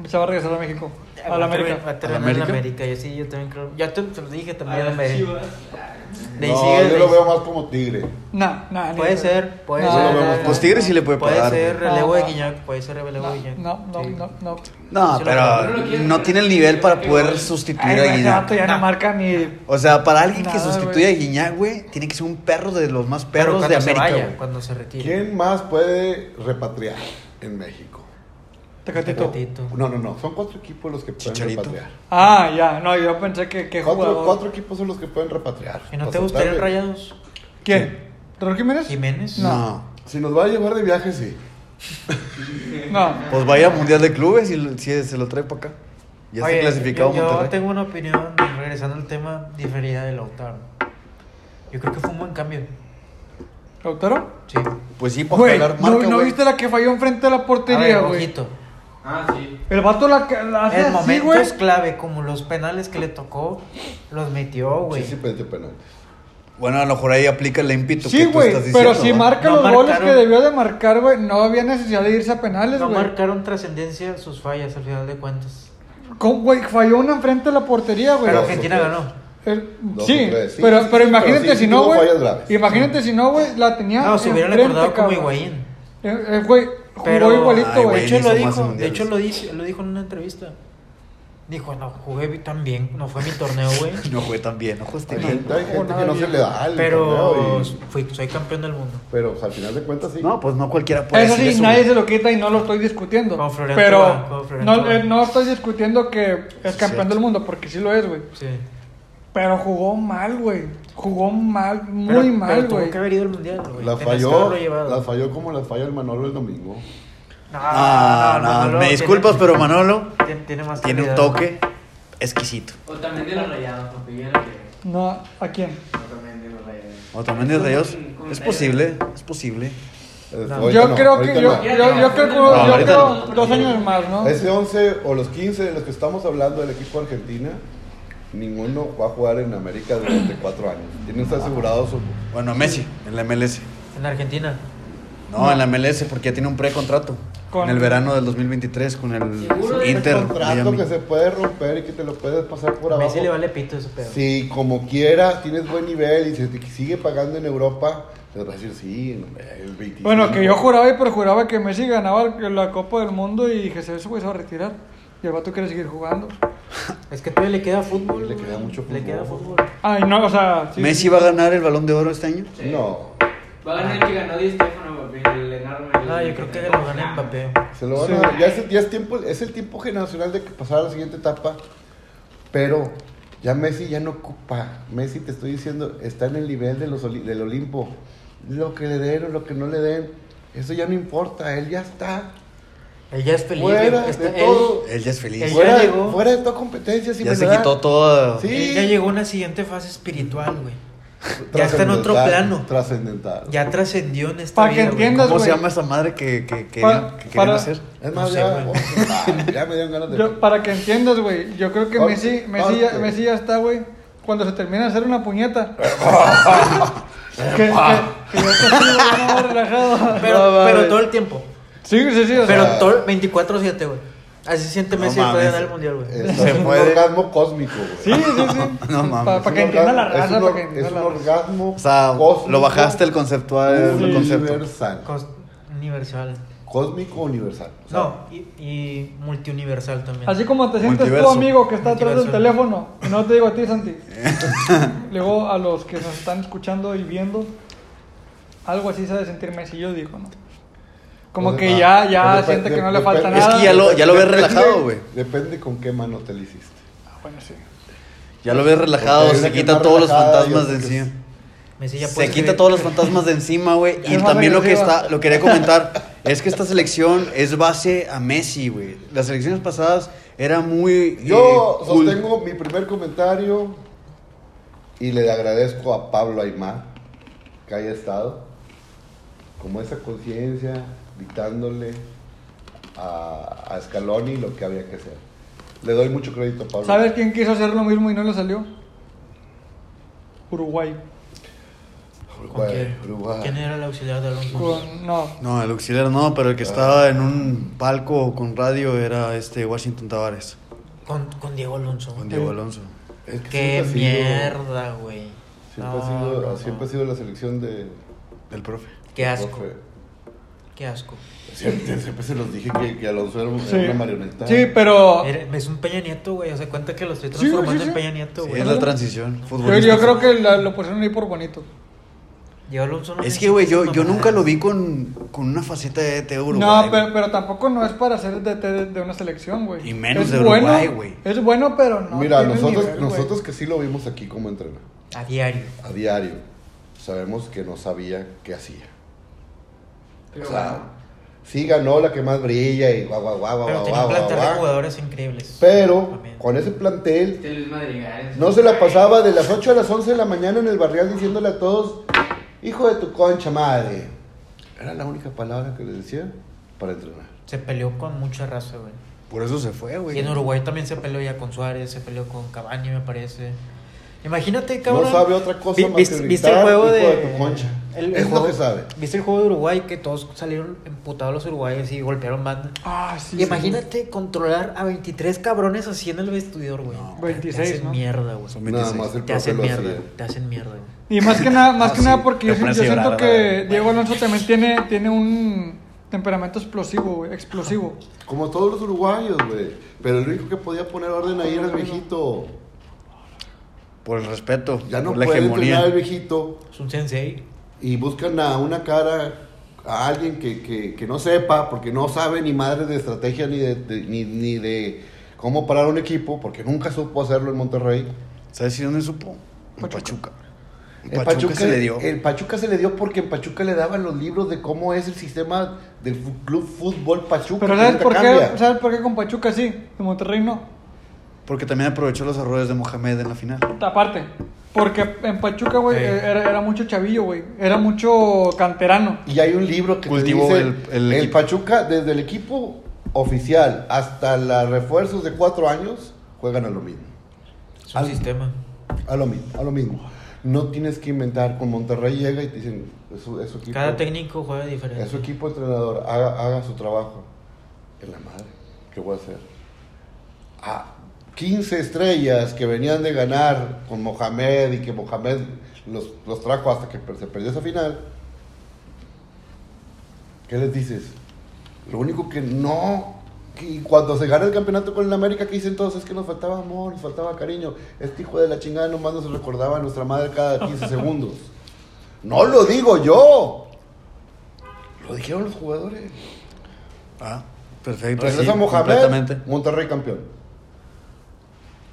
[SPEAKER 3] Se va a regresar a México. A la América.
[SPEAKER 4] Va a
[SPEAKER 1] ¿A la
[SPEAKER 4] terminar en la
[SPEAKER 1] América?
[SPEAKER 4] América. Yo sí, yo también creo. Ya te, te lo dije
[SPEAKER 5] A
[SPEAKER 4] también en la
[SPEAKER 5] las
[SPEAKER 4] América.
[SPEAKER 5] chivas.
[SPEAKER 4] De ahí
[SPEAKER 2] no,
[SPEAKER 4] sigue-
[SPEAKER 2] yo
[SPEAKER 4] de
[SPEAKER 2] lo
[SPEAKER 4] ahí-
[SPEAKER 2] veo más como tigre.
[SPEAKER 3] Nah, nah, ni
[SPEAKER 4] Puede
[SPEAKER 3] de-
[SPEAKER 4] ser, puede
[SPEAKER 3] No,
[SPEAKER 4] ser.
[SPEAKER 2] no, no, no.
[SPEAKER 1] Pues Tigres sí le puede pagar,
[SPEAKER 4] ser
[SPEAKER 3] güey.
[SPEAKER 4] relevo de
[SPEAKER 3] No,
[SPEAKER 4] Guiñac, puede ser relevo
[SPEAKER 3] No,
[SPEAKER 4] de Guiñac.
[SPEAKER 3] no, no,
[SPEAKER 4] Sí.
[SPEAKER 3] no, no.
[SPEAKER 1] No,
[SPEAKER 4] Sí,
[SPEAKER 1] pero
[SPEAKER 4] lo
[SPEAKER 5] creo. No lo quiero.
[SPEAKER 1] no tiene el nivel para poder
[SPEAKER 3] Ay,
[SPEAKER 1] sustituir
[SPEAKER 3] güey,
[SPEAKER 1] a
[SPEAKER 3] Ah, ese
[SPEAKER 1] Guiñac.
[SPEAKER 3] vato ya no marca ni.
[SPEAKER 1] O sea, para alguien que
[SPEAKER 3] Nada,
[SPEAKER 1] sustituya a
[SPEAKER 3] güey.
[SPEAKER 1] Guiñac, güey, tiene que ser un perro de los más
[SPEAKER 4] Pero
[SPEAKER 1] perros
[SPEAKER 4] cuando
[SPEAKER 1] de
[SPEAKER 4] se
[SPEAKER 1] América,
[SPEAKER 4] vaya,
[SPEAKER 1] güey.
[SPEAKER 4] cuando se retire.
[SPEAKER 2] ¿Quién más puede repatriar en México?
[SPEAKER 3] Tecatito.
[SPEAKER 4] Tecatito.
[SPEAKER 2] No, no, no. Son cuatro equipos los que pueden
[SPEAKER 1] Chicharito.
[SPEAKER 2] repatriar.
[SPEAKER 3] Ah, ya, no, yo pensé que, que
[SPEAKER 2] Cuatro,
[SPEAKER 3] jugador.
[SPEAKER 2] cuatro equipos son los que pueden repatriar.
[SPEAKER 4] ¿Y no te
[SPEAKER 2] Para
[SPEAKER 4] gustaría el
[SPEAKER 2] tratar de-
[SPEAKER 4] Rayados?
[SPEAKER 3] ¿Quién? ¿Raúl Jiménez?
[SPEAKER 4] ¿Jiménez?
[SPEAKER 1] No.
[SPEAKER 2] Si nos va a llevar de viaje, sí.
[SPEAKER 3] No.
[SPEAKER 1] Pues vaya al Mundial de Clubes y lo- si se lo trae para acá. Ya
[SPEAKER 4] Oye,
[SPEAKER 1] está clasificado
[SPEAKER 4] yo, yo
[SPEAKER 1] Monterrey.
[SPEAKER 4] tengo una opinión, regresando al tema, diferida de Lautaro. Yo creo que fue un buen cambio.
[SPEAKER 3] ¿Lautaro?
[SPEAKER 4] Sí.
[SPEAKER 1] Pues sí, para
[SPEAKER 3] Güey,
[SPEAKER 1] jalar
[SPEAKER 3] ¿no,
[SPEAKER 1] marca,
[SPEAKER 3] ¿no
[SPEAKER 1] güey.
[SPEAKER 3] viste la que falló enfrente de la
[SPEAKER 4] A
[SPEAKER 3] portería,
[SPEAKER 4] ver,
[SPEAKER 3] güey?
[SPEAKER 4] ojito.
[SPEAKER 5] Ah, sí.
[SPEAKER 3] El vato la, que- la hace
[SPEAKER 4] En
[SPEAKER 3] así,
[SPEAKER 4] momentos
[SPEAKER 3] güey.
[SPEAKER 4] clave, como los penales que le tocó, los metió, Oh, güey.
[SPEAKER 2] Sí, sí, mete penaltis.
[SPEAKER 1] Bueno, a lo mejor ahí aplica el ímpetu
[SPEAKER 3] Sí,
[SPEAKER 1] que tú
[SPEAKER 3] güey,
[SPEAKER 1] estás diciendo.
[SPEAKER 3] pero si
[SPEAKER 1] ¿va?
[SPEAKER 3] marca
[SPEAKER 4] No
[SPEAKER 3] los goles que
[SPEAKER 4] marcaron.
[SPEAKER 3] debió de marcar, güey, no había necesidad de irse a penales,
[SPEAKER 4] no
[SPEAKER 3] güey.
[SPEAKER 4] marcaron trascendencia sus fallas al final de cuentas.
[SPEAKER 3] Con- Güey, falló una enfrente de la portería, güey.
[SPEAKER 4] Pero
[SPEAKER 2] Dos,
[SPEAKER 4] Argentina
[SPEAKER 2] ok.
[SPEAKER 4] ganó.
[SPEAKER 3] El-
[SPEAKER 2] Dos
[SPEAKER 3] sí,
[SPEAKER 2] o tres, sí,
[SPEAKER 3] pero,
[SPEAKER 2] sí,
[SPEAKER 3] pero
[SPEAKER 2] sí,
[SPEAKER 3] imagínate
[SPEAKER 2] pero sí,
[SPEAKER 3] si no,
[SPEAKER 2] tuvo
[SPEAKER 3] güey.
[SPEAKER 2] fallas graves.
[SPEAKER 3] Imagínate si no, güey, la tenía.
[SPEAKER 4] No, Ah, se hubieran
[SPEAKER 3] enfrente,
[SPEAKER 4] acordado como
[SPEAKER 3] cabrón.
[SPEAKER 4] Higuaín.
[SPEAKER 3] Eh, eh, Güey, jugó
[SPEAKER 4] Pero-
[SPEAKER 1] Ay,
[SPEAKER 3] igualito,
[SPEAKER 1] güey,
[SPEAKER 3] güey.
[SPEAKER 4] De hecho,
[SPEAKER 1] hizo
[SPEAKER 4] lo
[SPEAKER 1] más
[SPEAKER 4] dijo, de
[SPEAKER 1] mundiales.
[SPEAKER 4] hecho lo, dice, lo dijo en una entrevista. Dijo, no, jugué tan bien, no fue mi torneo, güey.
[SPEAKER 1] No jugué tan bien, no jugaste
[SPEAKER 2] Hay
[SPEAKER 1] bien.
[SPEAKER 2] gente,
[SPEAKER 4] *laughs*
[SPEAKER 2] hay gente que no se le da al
[SPEAKER 4] Pero
[SPEAKER 2] torneo y-
[SPEAKER 4] fui, soy campeón del mundo.
[SPEAKER 2] Pero o sea, al final de cuentas, sí.
[SPEAKER 1] No, pues no cualquiera puede
[SPEAKER 3] Eso
[SPEAKER 1] decir
[SPEAKER 3] sí,
[SPEAKER 1] eso.
[SPEAKER 3] nadie
[SPEAKER 1] güey.
[SPEAKER 3] se lo quita y no lo estoy discutiendo.
[SPEAKER 4] Como Florian
[SPEAKER 3] Pero
[SPEAKER 4] Tobán, como Florian
[SPEAKER 3] no,
[SPEAKER 4] Tobán.
[SPEAKER 3] eh, no estoy discutiendo que es
[SPEAKER 1] es
[SPEAKER 3] campeón
[SPEAKER 1] cierto.
[SPEAKER 3] del mundo, porque sí lo es, güey.
[SPEAKER 4] Sí.
[SPEAKER 3] Pero jugó mal, güey. Jugó mal, muy
[SPEAKER 4] Pero-
[SPEAKER 3] mal,
[SPEAKER 4] pero tuvo
[SPEAKER 3] güey.
[SPEAKER 4] que haber ido al mundial, güey.
[SPEAKER 2] La
[SPEAKER 4] Tenías que
[SPEAKER 2] falló,
[SPEAKER 4] haberlo llevado.
[SPEAKER 2] la falló como la falló el Manolo el domingo.
[SPEAKER 4] No,
[SPEAKER 1] Ah,
[SPEAKER 4] no,
[SPEAKER 1] no,
[SPEAKER 4] Manolo
[SPEAKER 1] me
[SPEAKER 4] tiene-
[SPEAKER 1] disculpas, pero Manolo
[SPEAKER 4] Tiene, tiene más
[SPEAKER 1] tiene un
[SPEAKER 4] calidad.
[SPEAKER 1] toque exquisito.
[SPEAKER 5] O también de los rayados, porque yo era que.
[SPEAKER 3] No, ¿a quién?
[SPEAKER 5] O también de los rayados.
[SPEAKER 1] O también de Rayos.
[SPEAKER 5] Un- un-
[SPEAKER 1] Es posible, es posible.
[SPEAKER 2] Es-
[SPEAKER 4] No.
[SPEAKER 2] ahorita
[SPEAKER 3] Yo
[SPEAKER 2] Eh, no,
[SPEAKER 3] creo
[SPEAKER 2] ahorita
[SPEAKER 3] que yo,
[SPEAKER 2] no.
[SPEAKER 3] yo, yo creo,
[SPEAKER 5] No,
[SPEAKER 3] yo
[SPEAKER 1] ahorita
[SPEAKER 3] creo
[SPEAKER 5] no.
[SPEAKER 3] dos años más, ¿no?
[SPEAKER 2] Ese 11 o los 15 de los que estamos hablando del equipo Argentina, ninguno va a jugar en América durante cuatro años. Tienen asegurado su.
[SPEAKER 1] Bueno, Messi, en la MLS.
[SPEAKER 4] En Argentina.
[SPEAKER 1] No, en la MLS, porque ya tiene un precontrato.
[SPEAKER 3] Con-
[SPEAKER 1] En el verano del 2023 con el
[SPEAKER 5] Seguro de
[SPEAKER 1] Inter.
[SPEAKER 2] contrato
[SPEAKER 1] Miami.
[SPEAKER 2] que se puede romper y que te lo puedes pasar por
[SPEAKER 4] A
[SPEAKER 2] abajo.
[SPEAKER 4] Messi le vale pito ese pedo.
[SPEAKER 2] Si como quiera tienes buen nivel y se te sigue pagando en Europa, les vas a decir sí, hombre, el 25.
[SPEAKER 3] Bueno, que yo juraba y perjuraba que Messi ganaba el- la Copa del Mundo y Jesús güey se va a retirar. Y el vato quiere seguir jugando.
[SPEAKER 4] Es que todavía le queda fútbol.
[SPEAKER 2] Le
[SPEAKER 4] güey.
[SPEAKER 2] queda mucho
[SPEAKER 4] Le
[SPEAKER 2] fútbol.
[SPEAKER 4] queda fútbol.
[SPEAKER 3] Ay, no, o sea. sí.
[SPEAKER 1] Messi va a ganar el balón de oro este año.
[SPEAKER 5] Sí.
[SPEAKER 2] No,
[SPEAKER 5] Va a ganar el que ganó Di Stefano, papi, el enorme. el-
[SPEAKER 4] No, Ah, yo creo que lo gana Mbappé.
[SPEAKER 2] se lo van a
[SPEAKER 3] Sí.
[SPEAKER 2] dar. Ya es, ya es tiempo, es el tiempo generacional de que pasara la siguiente etapa, pero ya Messi ya no ocupa. Messi, te estoy diciendo, está en el nivel de los, oli- del Olimpo. Lo que le den o lo que no le den, eso ya no importa, él ya está.
[SPEAKER 4] Él ya es feliz.
[SPEAKER 2] Fuera
[SPEAKER 4] güey.
[SPEAKER 2] de
[SPEAKER 4] Está- él-
[SPEAKER 2] todo.
[SPEAKER 1] Él ya es feliz.
[SPEAKER 4] Él
[SPEAKER 2] Fuera,
[SPEAKER 4] ya
[SPEAKER 2] de-
[SPEAKER 4] llegó.
[SPEAKER 2] fuera de toda competencia, si
[SPEAKER 1] ya
[SPEAKER 2] me
[SPEAKER 1] se
[SPEAKER 2] lo dan.
[SPEAKER 1] quitó toda.
[SPEAKER 2] pues, Sí.
[SPEAKER 4] él ya llegó a una siguiente fase espiritual, güey. Ya está en otro
[SPEAKER 2] Trascendental,
[SPEAKER 4] plano.
[SPEAKER 2] Trascendental.
[SPEAKER 4] Ya trascendió en esta
[SPEAKER 3] Para que
[SPEAKER 4] vida, güey.
[SPEAKER 3] entiendas,
[SPEAKER 1] ¿Cómo se
[SPEAKER 3] güey.
[SPEAKER 1] llama esa madre que, que, que,
[SPEAKER 3] Pa-
[SPEAKER 1] que querían
[SPEAKER 3] para-
[SPEAKER 1] hacer?
[SPEAKER 2] Es
[SPEAKER 4] No
[SPEAKER 2] más,
[SPEAKER 4] sé,
[SPEAKER 2] ya,
[SPEAKER 4] güey.
[SPEAKER 2] oh, ah, *laughs* ya me dieron ganas de.
[SPEAKER 3] Yo- *laughs* para que entiendas, güey. Yo creo que
[SPEAKER 2] Corte,
[SPEAKER 3] Messi, Messi, ya,
[SPEAKER 2] corte.
[SPEAKER 3] Messi ya está, güey. Cuando se termina de hacer una puñeta.
[SPEAKER 1] *laughs*
[SPEAKER 3] que, que,
[SPEAKER 1] Ah.
[SPEAKER 3] que ya está así, güey, no,
[SPEAKER 1] *laughs*
[SPEAKER 3] relajado.
[SPEAKER 4] Pero,
[SPEAKER 1] No,
[SPEAKER 4] pero
[SPEAKER 1] mames.
[SPEAKER 4] todo el tiempo.
[SPEAKER 3] Sí, sí, sí. Ah, o sea,
[SPEAKER 4] Pero todo 24-7, güey. Así se siente
[SPEAKER 1] No
[SPEAKER 4] Messi después de
[SPEAKER 1] mames.
[SPEAKER 4] ganar el mundial, güey.
[SPEAKER 2] Este, Es
[SPEAKER 1] Se
[SPEAKER 2] un
[SPEAKER 1] puede.
[SPEAKER 2] orgasmo cósmico, güey.
[SPEAKER 3] sí, sí, sí.
[SPEAKER 1] *laughs* No mames.
[SPEAKER 3] Para
[SPEAKER 2] Es un
[SPEAKER 3] que entienda la
[SPEAKER 2] orgasmo- es
[SPEAKER 3] raza.
[SPEAKER 2] un
[SPEAKER 3] para
[SPEAKER 2] or-
[SPEAKER 3] que entienda
[SPEAKER 2] Es un
[SPEAKER 3] la raza.
[SPEAKER 2] orgasmo.
[SPEAKER 1] O sea,
[SPEAKER 2] cósmico,
[SPEAKER 1] lo bajaste el concepto al el concepto.
[SPEAKER 2] Universal.
[SPEAKER 4] Cos- Universal.
[SPEAKER 2] Cósmico universal. O sea,
[SPEAKER 4] No, y, y multiuniversal también.
[SPEAKER 3] Así como te sientes tú,
[SPEAKER 1] Multiverso.
[SPEAKER 3] amigo, que está atrás del
[SPEAKER 4] Multiverso.
[SPEAKER 3] teléfono. Y no te digo a
[SPEAKER 2] *laughs*
[SPEAKER 3] ti, Santi. Luego a los que nos están escuchando y viendo. Algo así se ha de sentir Messi, yo digo, ¿no? Como
[SPEAKER 2] pues,
[SPEAKER 3] que
[SPEAKER 2] ah,
[SPEAKER 3] ya, ya
[SPEAKER 2] pues,
[SPEAKER 3] siente
[SPEAKER 2] depende-
[SPEAKER 3] que no le
[SPEAKER 2] depende-
[SPEAKER 3] falta
[SPEAKER 1] Es
[SPEAKER 3] nada.
[SPEAKER 1] que ya lo- ves
[SPEAKER 2] depende-
[SPEAKER 1] relajado, güey.
[SPEAKER 2] Depende con qué mano te lo hiciste.
[SPEAKER 3] Ah, bueno, sí.
[SPEAKER 1] Ya lo ves relajado,
[SPEAKER 2] Porque
[SPEAKER 1] se
[SPEAKER 2] es que
[SPEAKER 1] quita
[SPEAKER 2] más
[SPEAKER 1] todos los
[SPEAKER 2] relajada,
[SPEAKER 1] fantasmas
[SPEAKER 2] yo
[SPEAKER 1] de
[SPEAKER 2] creo que
[SPEAKER 1] encima.
[SPEAKER 4] Messi ya
[SPEAKER 1] Se
[SPEAKER 4] puede
[SPEAKER 1] quita
[SPEAKER 4] escribir-
[SPEAKER 1] todos los fantasmas de encima, güey.
[SPEAKER 3] Ya
[SPEAKER 1] Y
[SPEAKER 3] es más
[SPEAKER 1] también lo que
[SPEAKER 3] agresiva.
[SPEAKER 1] está, lo quería comentar, es que esta selección es base a Messi, güey. Las selecciones pasadas era muy.
[SPEAKER 2] Yo
[SPEAKER 1] eh, cul-
[SPEAKER 2] sostengo mi primer comentario y le agradezco a Pablo Aymar que haya estado como esa conciencia dictándole a, a Scaloni lo que había que hacer. Le doy mucho crédito a Pablo.
[SPEAKER 3] ¿Sabes quién quiso hacer lo mismo y no le salió? Uruguay.
[SPEAKER 4] ¿Con
[SPEAKER 2] Uruguay,
[SPEAKER 4] quién?
[SPEAKER 2] Uruguay.
[SPEAKER 4] ¿Quién era el auxiliar de Alonso?
[SPEAKER 3] Con, no.
[SPEAKER 1] No, el auxiliar no, pero el que estaba en un palco con radio era este Washington Tavares.
[SPEAKER 4] Con, con Diego Alonso.
[SPEAKER 1] Con Diego Alonso.
[SPEAKER 2] Es que
[SPEAKER 4] Qué
[SPEAKER 2] siempre ha sido-
[SPEAKER 4] mierda, güey.
[SPEAKER 2] Siempre, ha
[SPEAKER 4] No,
[SPEAKER 2] sido,
[SPEAKER 4] no,
[SPEAKER 2] siempre
[SPEAKER 4] no.
[SPEAKER 2] ha sido la selección de.
[SPEAKER 1] Del profe.
[SPEAKER 4] Qué asco.
[SPEAKER 2] profe.
[SPEAKER 4] Qué asco.
[SPEAKER 2] Siempre, siempre se los dije que, que Alonso era, un- era
[SPEAKER 3] Sí.
[SPEAKER 2] Pues, una marioneta.
[SPEAKER 3] Sí,
[SPEAKER 1] Ah.
[SPEAKER 3] pero
[SPEAKER 4] Era- Es un Peña Nieto, güey. O sea, cuenta que lo estoy
[SPEAKER 3] Sí, güey,
[SPEAKER 4] transformando
[SPEAKER 3] sí, sí.
[SPEAKER 4] en Peña Nieto,
[SPEAKER 1] Sí,
[SPEAKER 4] güey.
[SPEAKER 1] es la transición
[SPEAKER 3] yo,
[SPEAKER 1] futbolística.
[SPEAKER 3] yo creo que la- lo pusieron ahí por bonito.
[SPEAKER 4] Diego Alonso no
[SPEAKER 1] Es que, güey, yo,
[SPEAKER 4] necesita
[SPEAKER 1] yo
[SPEAKER 4] esa
[SPEAKER 1] nunca lo
[SPEAKER 4] mamada.
[SPEAKER 1] vi con, con una faceta de ET Uruguay.
[SPEAKER 3] No,
[SPEAKER 1] güey.
[SPEAKER 3] pero, pero tampoco no es para ser DT de, de una selección, güey.
[SPEAKER 1] Y menos
[SPEAKER 3] Es
[SPEAKER 1] de
[SPEAKER 3] bueno,
[SPEAKER 1] Uruguay, güey.
[SPEAKER 3] Es bueno, pero no.
[SPEAKER 2] Mira,
[SPEAKER 3] tiene
[SPEAKER 2] nosotros,
[SPEAKER 3] nivel, güey.
[SPEAKER 2] nosotros que sí lo vimos aquí como entrena,
[SPEAKER 4] A diario.
[SPEAKER 2] a diario, sabemos que no sabía qué hacía.
[SPEAKER 5] Pero
[SPEAKER 2] o sea,
[SPEAKER 5] bueno,
[SPEAKER 2] sí ganó la que más brilla y guau, guau, guau,
[SPEAKER 4] Pero
[SPEAKER 2] guau,
[SPEAKER 4] tenía
[SPEAKER 2] guau,
[SPEAKER 4] un plantel de
[SPEAKER 2] guau, guau.
[SPEAKER 4] jugadores increíbles.
[SPEAKER 2] Pero
[SPEAKER 4] También.
[SPEAKER 2] con ese plantel
[SPEAKER 5] este Luis Madrigal es-
[SPEAKER 2] No se la pasaba de las 8 a las 11 de la mañana en el barrial diciéndole a todos, hijo de tu concha madre. Era la única palabra que le decía para entrenar.
[SPEAKER 4] Se peleó con mucha raza, güey.
[SPEAKER 1] Por eso se fue, güey.
[SPEAKER 4] Y en Uruguay también se peleó ya con Suárez, se peleó con Cavani, me parece. Imagínate, cabrón.
[SPEAKER 2] No sabe otra cosa
[SPEAKER 4] Vi-
[SPEAKER 2] más
[SPEAKER 4] ¿Viste,
[SPEAKER 2] que
[SPEAKER 4] viste el
[SPEAKER 2] gritar,
[SPEAKER 4] juego
[SPEAKER 2] hijo de
[SPEAKER 4] de,
[SPEAKER 2] tu concha? *laughs* Es lo que sabe.
[SPEAKER 4] ¿Viste el juego de Uruguay que todos salieron emputados los uruguayos y golpearon banda?
[SPEAKER 3] Ah, sí.
[SPEAKER 4] Y Imagínate controlar a 23 cabrones así en el vestidor, güey.
[SPEAKER 1] No,
[SPEAKER 3] 26,
[SPEAKER 4] Te hacen
[SPEAKER 3] ¿no?
[SPEAKER 4] mierda, güey.
[SPEAKER 1] Son
[SPEAKER 2] Nada
[SPEAKER 1] 26.
[SPEAKER 2] más el
[SPEAKER 4] Te
[SPEAKER 2] profe
[SPEAKER 4] hacen
[SPEAKER 2] lo
[SPEAKER 4] mierda,
[SPEAKER 2] hacía.
[SPEAKER 4] te hacen mierda, güey.
[SPEAKER 3] Y más que nada, más que
[SPEAKER 1] Ah,
[SPEAKER 3] nada
[SPEAKER 1] sí,
[SPEAKER 3] porque
[SPEAKER 1] te
[SPEAKER 3] yo, siento-
[SPEAKER 1] pones a
[SPEAKER 3] yo
[SPEAKER 1] llorar,
[SPEAKER 3] siento
[SPEAKER 1] ¿verdad?
[SPEAKER 3] que Diego Alonso también tiene, tiene un temperamento explosivo, güey, explosivo.
[SPEAKER 2] Como todos los uruguayos, güey. Pero el único que podía poner orden ahí era el viejito.
[SPEAKER 1] Por el respeto.
[SPEAKER 2] Ya no
[SPEAKER 1] por la
[SPEAKER 2] puede
[SPEAKER 1] hegemonía.
[SPEAKER 2] entrenar el viejito.
[SPEAKER 4] Es un sensei.
[SPEAKER 2] Y buscan a una cara, a alguien que, que- que no sepa, porque no sabe ni madre de estrategia ni de, de- ni, ni de cómo parar un equipo, porque nunca supo hacerlo en Monterrey.
[SPEAKER 1] ¿Sabes si dónde supo? En
[SPEAKER 3] Pachuca.
[SPEAKER 1] Pachuca. En Pachuca, se le dio.
[SPEAKER 2] En Pachuca se le dio porque en Pachuca le daban los libros de cómo es el sistema del fu- club fútbol Pachuca.
[SPEAKER 3] Pero
[SPEAKER 2] que
[SPEAKER 3] ¿sabes
[SPEAKER 2] nunca
[SPEAKER 3] por, qué,
[SPEAKER 2] cambia.
[SPEAKER 3] ¿sabes por qué con Pachuca sí? En Monterrey no.
[SPEAKER 1] Porque también aprovechó los errores de Mohamed en la final.
[SPEAKER 3] Aparte. Porque en Pachuca, güey,
[SPEAKER 4] Sí.
[SPEAKER 3] era, era mucho chavillo, güey. Era mucho canterano.
[SPEAKER 2] Y hay un libro que te
[SPEAKER 1] Cultivó
[SPEAKER 2] dice
[SPEAKER 1] el- el equipo.
[SPEAKER 2] Pachuca, desde el equipo oficial hasta los refuerzos de cuatro años, juegan a lo mismo.
[SPEAKER 4] Es un
[SPEAKER 2] Al-
[SPEAKER 4] sistema.
[SPEAKER 2] A lo mismo, a lo mismo. No tienes que inventar. Con Monterrey llega y te dicen, es su, es su equipo.
[SPEAKER 4] Cada técnico juega diferente.
[SPEAKER 2] Es su equipo entrenador, haga, haga su trabajo. En la madre, ¿qué voy a hacer? A 15 estrellas que venían de ganar con Mohamed y que Mohamed los, los trajo hasta que per- se perdió esa final. ¿Qué les dices? Lo único que no. Y cuando se gana el campeonato con el América, ¿qué dicen todos? Es que nos faltaba amor, nos faltaba cariño. Este hijo de la chingada nomás nos recordaba a nuestra madre cada 15 segundos. No lo digo yo. Lo dijeron los jugadores.
[SPEAKER 1] Ah, perfecto.
[SPEAKER 2] Regresa
[SPEAKER 1] sí,
[SPEAKER 2] Mohamed,
[SPEAKER 1] completamente.
[SPEAKER 2] Monterrey campeón.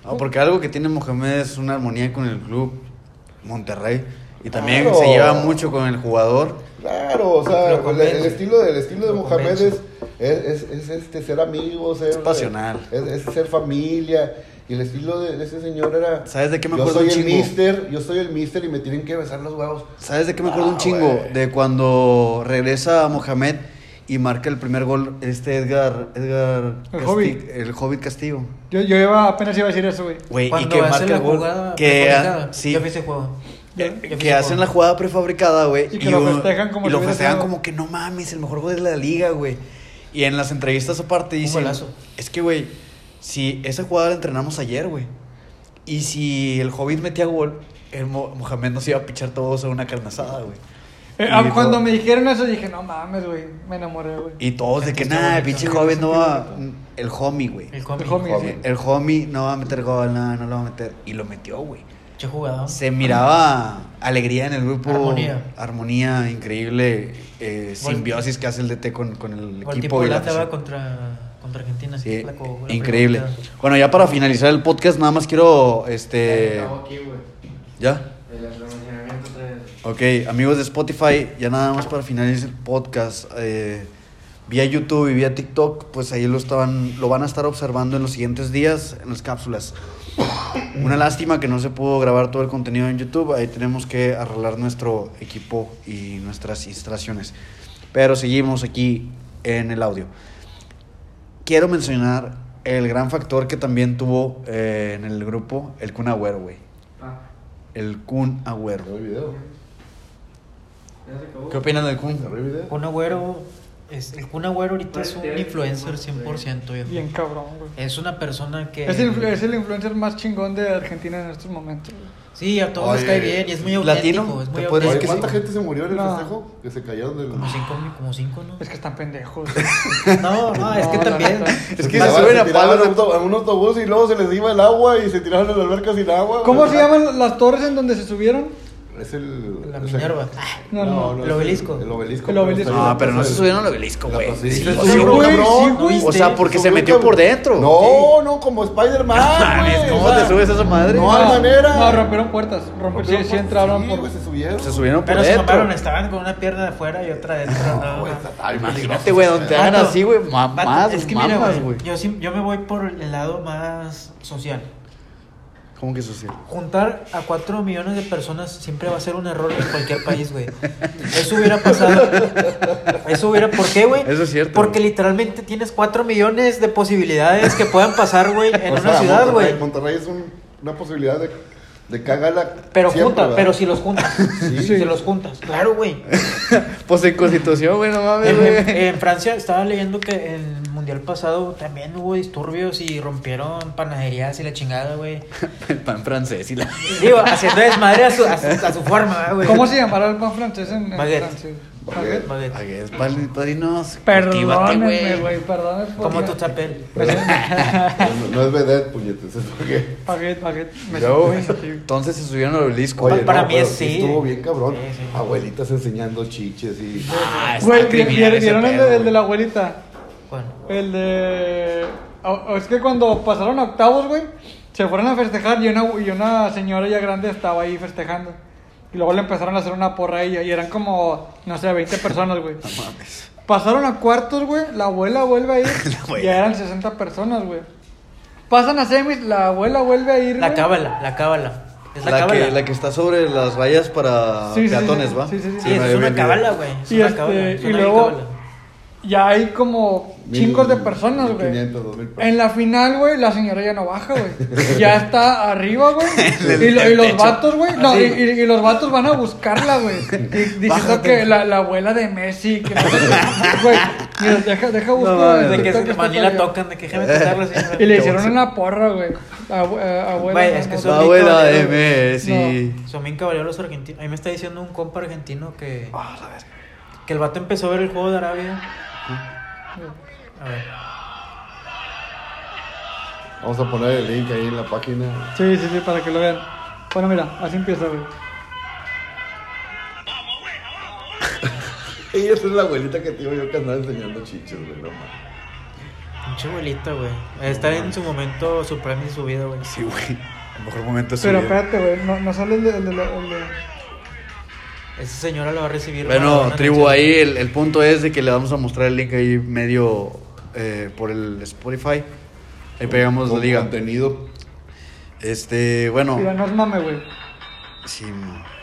[SPEAKER 1] No, porque algo que tiene Mohamed es una armonía con el club Monterrey. Y también
[SPEAKER 2] Claro.
[SPEAKER 1] se lleva mucho con el jugador.
[SPEAKER 2] Claro, o sea,
[SPEAKER 4] Lo
[SPEAKER 2] el,
[SPEAKER 4] convence.
[SPEAKER 2] el estilo de, el estilo de
[SPEAKER 4] Lo
[SPEAKER 2] Mohamed es,
[SPEAKER 4] convence.
[SPEAKER 2] es- es- es, este, ser amigo, ser...
[SPEAKER 1] pasional.
[SPEAKER 2] Es, es ser familia. Y el estilo de, de ese señor era...
[SPEAKER 1] ¿Sabes de qué me
[SPEAKER 2] yo
[SPEAKER 1] acuerdo
[SPEAKER 2] soy
[SPEAKER 1] un
[SPEAKER 2] el
[SPEAKER 1] chingo?
[SPEAKER 2] mister, yo soy el mister y me tienen que besar los huevos.
[SPEAKER 1] ¿Sabes de qué me acuerdo
[SPEAKER 2] Ah,
[SPEAKER 1] un chingo?
[SPEAKER 2] güey.
[SPEAKER 1] De cuando regresa Mohamed y marca el primer gol este Edgar Edgar
[SPEAKER 3] El Hobbit.
[SPEAKER 1] el Hobbit Castillo.
[SPEAKER 3] Yo, yo iba, apenas iba a decir eso, güey.
[SPEAKER 1] Güey, y
[SPEAKER 4] Cuando
[SPEAKER 1] que marca
[SPEAKER 4] hacen la
[SPEAKER 1] el gol
[SPEAKER 4] jugada
[SPEAKER 1] que
[SPEAKER 4] prefabricada,
[SPEAKER 1] sí,
[SPEAKER 4] yo vi ese juego.
[SPEAKER 3] Ya.
[SPEAKER 4] Yo vi ese
[SPEAKER 1] Eh, que
[SPEAKER 4] juego.
[SPEAKER 1] hacen la jugada prefabricada, güey.
[SPEAKER 3] Y que lo
[SPEAKER 1] un-
[SPEAKER 3] festejan como
[SPEAKER 1] y
[SPEAKER 3] si
[SPEAKER 1] lo
[SPEAKER 3] hubiera
[SPEAKER 1] festejan
[SPEAKER 3] sido-
[SPEAKER 1] como que no mames, el mejor gol de la liga, güey. Y en las entrevistas aparte dicen,
[SPEAKER 4] golazo.
[SPEAKER 1] es que güey, si esa jugada la entrenamos ayer, güey. Y si el Hobbit metía gol, el Mo- Mohamed nos iba a pichar todos a una carnazada, güey.
[SPEAKER 3] Eh,
[SPEAKER 1] Y
[SPEAKER 3] ah,
[SPEAKER 1] dijo-
[SPEAKER 3] cuando me dijeron eso dije, no mames, güey. Me enamoré, güey.
[SPEAKER 1] Y todos de que
[SPEAKER 4] Está
[SPEAKER 1] nada, el
[SPEAKER 4] bonito,
[SPEAKER 1] pinche
[SPEAKER 4] güey,
[SPEAKER 1] joven no
[SPEAKER 3] está
[SPEAKER 1] va. Mm, El homie, güey.
[SPEAKER 4] El cómic.
[SPEAKER 3] El homie, sí.
[SPEAKER 2] Homie.
[SPEAKER 1] El homie no va a meter gol, nada, no lo va a meter. Y lo metió, güey.
[SPEAKER 4] Che jugada.
[SPEAKER 1] Se miraba alegría en el grupo.
[SPEAKER 4] Armonía.
[SPEAKER 1] Armonía increíble. eh,
[SPEAKER 4] Gol.
[SPEAKER 1] simbiosis que hace el DT con, con el
[SPEAKER 4] Gol tipo
[SPEAKER 1] equipo. y la
[SPEAKER 4] Holanda va
[SPEAKER 1] afición.
[SPEAKER 4] contra, contra Argentina.
[SPEAKER 1] Sí,
[SPEAKER 4] la co- la
[SPEAKER 1] increíble.
[SPEAKER 4] primera.
[SPEAKER 1] Bueno, ya para finalizar el podcast, nada más quiero. Este.
[SPEAKER 2] Eh.
[SPEAKER 5] Acabó aquí, güey.
[SPEAKER 1] ¿Ya?
[SPEAKER 5] El almacenamiento otra vez.
[SPEAKER 1] Ok, amigos de Spotify, ya nada más para finalizar el podcast. eh, vía YouTube y vía TikTok, pues ahí lo estaban, lo van a estar observando en los siguientes días en las cápsulas. Una lástima que no se pudo grabar todo el contenido en YouTube. Ahí tenemos que arreglar nuestro equipo y nuestras instalaciones. Pero seguimos aquí en el audio. Quiero mencionar el gran factor que también tuvo eh, en el grupo el Kun Agüero, güey.
[SPEAKER 5] Ah,
[SPEAKER 1] El Kun Agüero.
[SPEAKER 2] Cerró el video.
[SPEAKER 5] ya se acabó.
[SPEAKER 1] ¿Qué opinan del Kun?
[SPEAKER 2] Cerró el video.
[SPEAKER 4] Kun Agüero es, el Kun Agüero ahorita es
[SPEAKER 3] Pues,
[SPEAKER 4] un influencer 100%, viejo.
[SPEAKER 3] Bien cabrón, güey.
[SPEAKER 4] Es una persona
[SPEAKER 1] Eh,
[SPEAKER 4] que...
[SPEAKER 3] Es, influ- es el influencer más chingón de Argentina en estos momentos. güey.
[SPEAKER 4] Sí, a todos les
[SPEAKER 2] Oye,
[SPEAKER 4] cae bien y es muy
[SPEAKER 1] ¿latino?
[SPEAKER 4] auténtico. Es muy
[SPEAKER 1] ¿Te puedes
[SPEAKER 2] Oye,
[SPEAKER 1] decir que
[SPEAKER 4] auténtico.
[SPEAKER 2] ¿Cuánta
[SPEAKER 1] sí?
[SPEAKER 2] gente se murió en el
[SPEAKER 3] No.
[SPEAKER 2] festejo? Que se cayeron del.
[SPEAKER 4] Como cinco, como cinco, ¿no?
[SPEAKER 3] *laughs* Es que están pendejos.
[SPEAKER 4] No, no, es que
[SPEAKER 3] No, la
[SPEAKER 4] también...
[SPEAKER 3] neta.
[SPEAKER 1] Es que
[SPEAKER 2] se,
[SPEAKER 1] se
[SPEAKER 2] tiraban-
[SPEAKER 1] suben
[SPEAKER 2] se
[SPEAKER 1] a
[SPEAKER 2] tiraban
[SPEAKER 1] palos.
[SPEAKER 2] a un auto- a un autobús y luego se les iba el agua y se tiraron a la alberca sin agua.
[SPEAKER 3] ¿Cómo
[SPEAKER 2] güey.
[SPEAKER 3] se llaman las torres en donde se subieron?
[SPEAKER 2] Es el.
[SPEAKER 4] La
[SPEAKER 2] es el-
[SPEAKER 4] Minerva.
[SPEAKER 3] No, no.
[SPEAKER 4] El
[SPEAKER 2] es
[SPEAKER 4] obelisco.
[SPEAKER 2] El obelisco.
[SPEAKER 3] El obelisco.
[SPEAKER 2] está en la
[SPEAKER 1] No, Ah, pero no se
[SPEAKER 2] plaza del-
[SPEAKER 1] subieron al obelisco,
[SPEAKER 2] la
[SPEAKER 1] güey.
[SPEAKER 2] plaza del-
[SPEAKER 1] Sí,
[SPEAKER 2] Sí,
[SPEAKER 1] o
[SPEAKER 2] sí,
[SPEAKER 1] sea,
[SPEAKER 2] güey,
[SPEAKER 1] cabrón.
[SPEAKER 2] sí,
[SPEAKER 4] ¿no
[SPEAKER 2] güey.
[SPEAKER 4] viste?
[SPEAKER 1] O sea, porque se
[SPEAKER 2] Subió
[SPEAKER 1] metió
[SPEAKER 2] cabrón.
[SPEAKER 1] por dentro.
[SPEAKER 2] No, no,
[SPEAKER 1] *laughs*
[SPEAKER 2] como Spider-Man.
[SPEAKER 1] Mames,
[SPEAKER 2] güey,
[SPEAKER 1] ¿cómo
[SPEAKER 2] o sea,
[SPEAKER 1] te subes a esa madre?
[SPEAKER 2] No hay manera.
[SPEAKER 3] No, rompieron puertas. Rompieron, sí,
[SPEAKER 2] Rompieron
[SPEAKER 3] sí entraron
[SPEAKER 2] pues, sí,
[SPEAKER 3] por...
[SPEAKER 2] güey, se subieron.
[SPEAKER 1] Se subieron por
[SPEAKER 4] Pero se este- mamaron,
[SPEAKER 1] dentro.
[SPEAKER 4] estaban con una pierna de afuera y otra dentro. nada
[SPEAKER 2] Güey,
[SPEAKER 4] más.
[SPEAKER 2] está- está
[SPEAKER 1] Ah,
[SPEAKER 2] bien
[SPEAKER 1] Imagínate,
[SPEAKER 2] peligroso,
[SPEAKER 1] güey, donde te
[SPEAKER 2] o sea.
[SPEAKER 1] hagan
[SPEAKER 4] Vato,
[SPEAKER 1] así, güey,
[SPEAKER 4] vato,
[SPEAKER 1] mamás,
[SPEAKER 4] es que mira,
[SPEAKER 1] mamas,
[SPEAKER 4] güey,
[SPEAKER 1] güey.
[SPEAKER 4] Yo, sí- yo me voy por el lado más social.
[SPEAKER 1] ¿Cómo que social?
[SPEAKER 4] Juntar a 4 millones de personas siempre va a ser un error en cualquier país, güey. Eso hubiera pasado. Eso hubiera. ¿Por qué, güey?
[SPEAKER 1] Eso es cierto.
[SPEAKER 4] Porque literalmente tienes 4 millones de posibilidades que puedan pasar,
[SPEAKER 2] *laughs*
[SPEAKER 4] güey, en
[SPEAKER 2] O
[SPEAKER 4] una
[SPEAKER 2] sea,
[SPEAKER 4] ciudad,
[SPEAKER 2] Monterrey-
[SPEAKER 4] güey.
[SPEAKER 2] Monterrey es un- una posibilidad de, de cagarla.
[SPEAKER 4] Pero
[SPEAKER 2] siempre,
[SPEAKER 4] junta,
[SPEAKER 2] ¿verdad?
[SPEAKER 4] pero si los juntas.
[SPEAKER 3] Sí.
[SPEAKER 4] Si los juntas, claro, güey.
[SPEAKER 1] Pues en constitución, güey, no mames,
[SPEAKER 4] En, en-
[SPEAKER 1] güey.
[SPEAKER 4] en Francia estaba leyendo que en el mundial pasado también hubo disturbios y rompieron panaderías y la chingada, güey.
[SPEAKER 1] El pan francés y la.
[SPEAKER 4] Digo, haciendo desmadre a su, a su, a su forma,
[SPEAKER 3] *laughs*
[SPEAKER 4] güey.
[SPEAKER 3] ¿Cómo se llamará el pan francés en, en
[SPEAKER 4] Baguette.
[SPEAKER 3] Francia?
[SPEAKER 2] Baguette.
[SPEAKER 4] Baguette.
[SPEAKER 1] Ay, es pal- padrinos.
[SPEAKER 3] Perdónenme,
[SPEAKER 1] cultívate,
[SPEAKER 3] güey, perdónenme. por-
[SPEAKER 4] Como
[SPEAKER 3] *laughs*
[SPEAKER 4] tu chapel.
[SPEAKER 2] No, no es vedette, puñetes. Es porque.
[SPEAKER 3] Baguette, baguette. Me
[SPEAKER 1] Yo, güey.
[SPEAKER 3] sentí- me sentí-
[SPEAKER 1] Entonces se subieron al obelisco.
[SPEAKER 4] Oye, *laughs* para
[SPEAKER 2] no,
[SPEAKER 4] mí
[SPEAKER 2] pero
[SPEAKER 4] es sí.
[SPEAKER 2] Estuvo bien cabrón.
[SPEAKER 4] Sí, sí.
[SPEAKER 2] Abuelitas enseñando chiches y.
[SPEAKER 1] Ah, está
[SPEAKER 3] Güey, vi-
[SPEAKER 1] criminal
[SPEAKER 3] vi-
[SPEAKER 1] ese
[SPEAKER 3] ¿vieron el
[SPEAKER 1] pedo,
[SPEAKER 3] de- el
[SPEAKER 1] güey.
[SPEAKER 3] de la abuelita?
[SPEAKER 4] Bueno,
[SPEAKER 3] El de. o- o Es que cuando pasaron a octavos, güey, se fueron a festejar y una, y una señora ya grande estaba ahí festejando. Y luego le empezaron a hacer una porra a ella y eran como, no sé, 20 personas, güey. Pasaron a cuartos, güey, la abuela vuelve a ir.
[SPEAKER 1] abuela.
[SPEAKER 3] ya eran 60 personas, güey. Pasan a semis, la abuela vuelve a ir.
[SPEAKER 4] la
[SPEAKER 3] güey.
[SPEAKER 4] cábala, la cábala. Es la,
[SPEAKER 1] La
[SPEAKER 4] cábala.
[SPEAKER 1] que, la que está sobre las rayas para
[SPEAKER 3] Sí, sí,
[SPEAKER 1] peatones,
[SPEAKER 3] sí,
[SPEAKER 1] ¿va?
[SPEAKER 3] sí, sí, sí.
[SPEAKER 4] Sí, esa
[SPEAKER 1] me
[SPEAKER 4] es
[SPEAKER 1] había
[SPEAKER 4] una
[SPEAKER 1] olvidado.
[SPEAKER 4] cábala, güey. Es
[SPEAKER 3] Y
[SPEAKER 4] una
[SPEAKER 3] este,
[SPEAKER 4] cábala. es
[SPEAKER 3] y
[SPEAKER 4] una
[SPEAKER 3] luego-
[SPEAKER 4] cábala.
[SPEAKER 3] Ya hay como chingos de personas, güey.
[SPEAKER 2] 500, 2000 personas.
[SPEAKER 3] En la final, güey, la señora ya no baja, güey. Ya está arriba, güey. Y, lo- y los vatos, güey. No, y, y- y los vatos van a buscarla, güey. Y Diciendo
[SPEAKER 1] Bájate.
[SPEAKER 3] que la, la abuela de Messi. que no sé qué. Güey, mira, deja, deja buscar.
[SPEAKER 1] mames.
[SPEAKER 3] el
[SPEAKER 4] De que
[SPEAKER 3] TikTok
[SPEAKER 4] se-
[SPEAKER 3] está
[SPEAKER 4] maní la
[SPEAKER 3] todavía.
[SPEAKER 4] tocan, de que déjame
[SPEAKER 1] Eh.
[SPEAKER 4] tocarla así.
[SPEAKER 3] Y le
[SPEAKER 4] güey.
[SPEAKER 3] hicieron una porra, güey. Abue- eh, Abuela.
[SPEAKER 4] Güey,
[SPEAKER 3] no,
[SPEAKER 4] es que
[SPEAKER 3] no,
[SPEAKER 4] son
[SPEAKER 1] La
[SPEAKER 4] bien
[SPEAKER 1] abuela de
[SPEAKER 4] caballeros, güey.
[SPEAKER 1] Messi.
[SPEAKER 4] Son bien caballeros argentinos. A mí me está diciendo un compa argentino que.
[SPEAKER 1] Ah,
[SPEAKER 4] Que el vato empezó a ver el juego de Arabia. A ver.
[SPEAKER 2] Vamos a poner el link ahí en la página.
[SPEAKER 3] Sí, sí, sí, para que lo vean. Bueno, mira, así empieza, güey.
[SPEAKER 2] Ella es la abuelita que te digo yo que andaba enseñando chiches, güey. No, mames.
[SPEAKER 4] Pinche abuelita, güey. Está en su momento supremo de su vida, güey.
[SPEAKER 1] Sí, güey. El mejor momento es
[SPEAKER 3] Pero
[SPEAKER 1] su vida.
[SPEAKER 3] espérate, güey. No, no sale el de. El de, la- el de-
[SPEAKER 4] Esa señora lo va a recibir.
[SPEAKER 1] Bueno,
[SPEAKER 4] Maradona,
[SPEAKER 1] tribu,
[SPEAKER 4] noche.
[SPEAKER 1] ahí el, el punto es de que le vamos a mostrar el link ahí medio eh, por el Spotify. Ahí pegamos la
[SPEAKER 2] Con
[SPEAKER 1] liga.
[SPEAKER 2] Contenido.
[SPEAKER 1] Este, bueno.
[SPEAKER 3] Mira, no es mame, güey.
[SPEAKER 1] Sí, mo-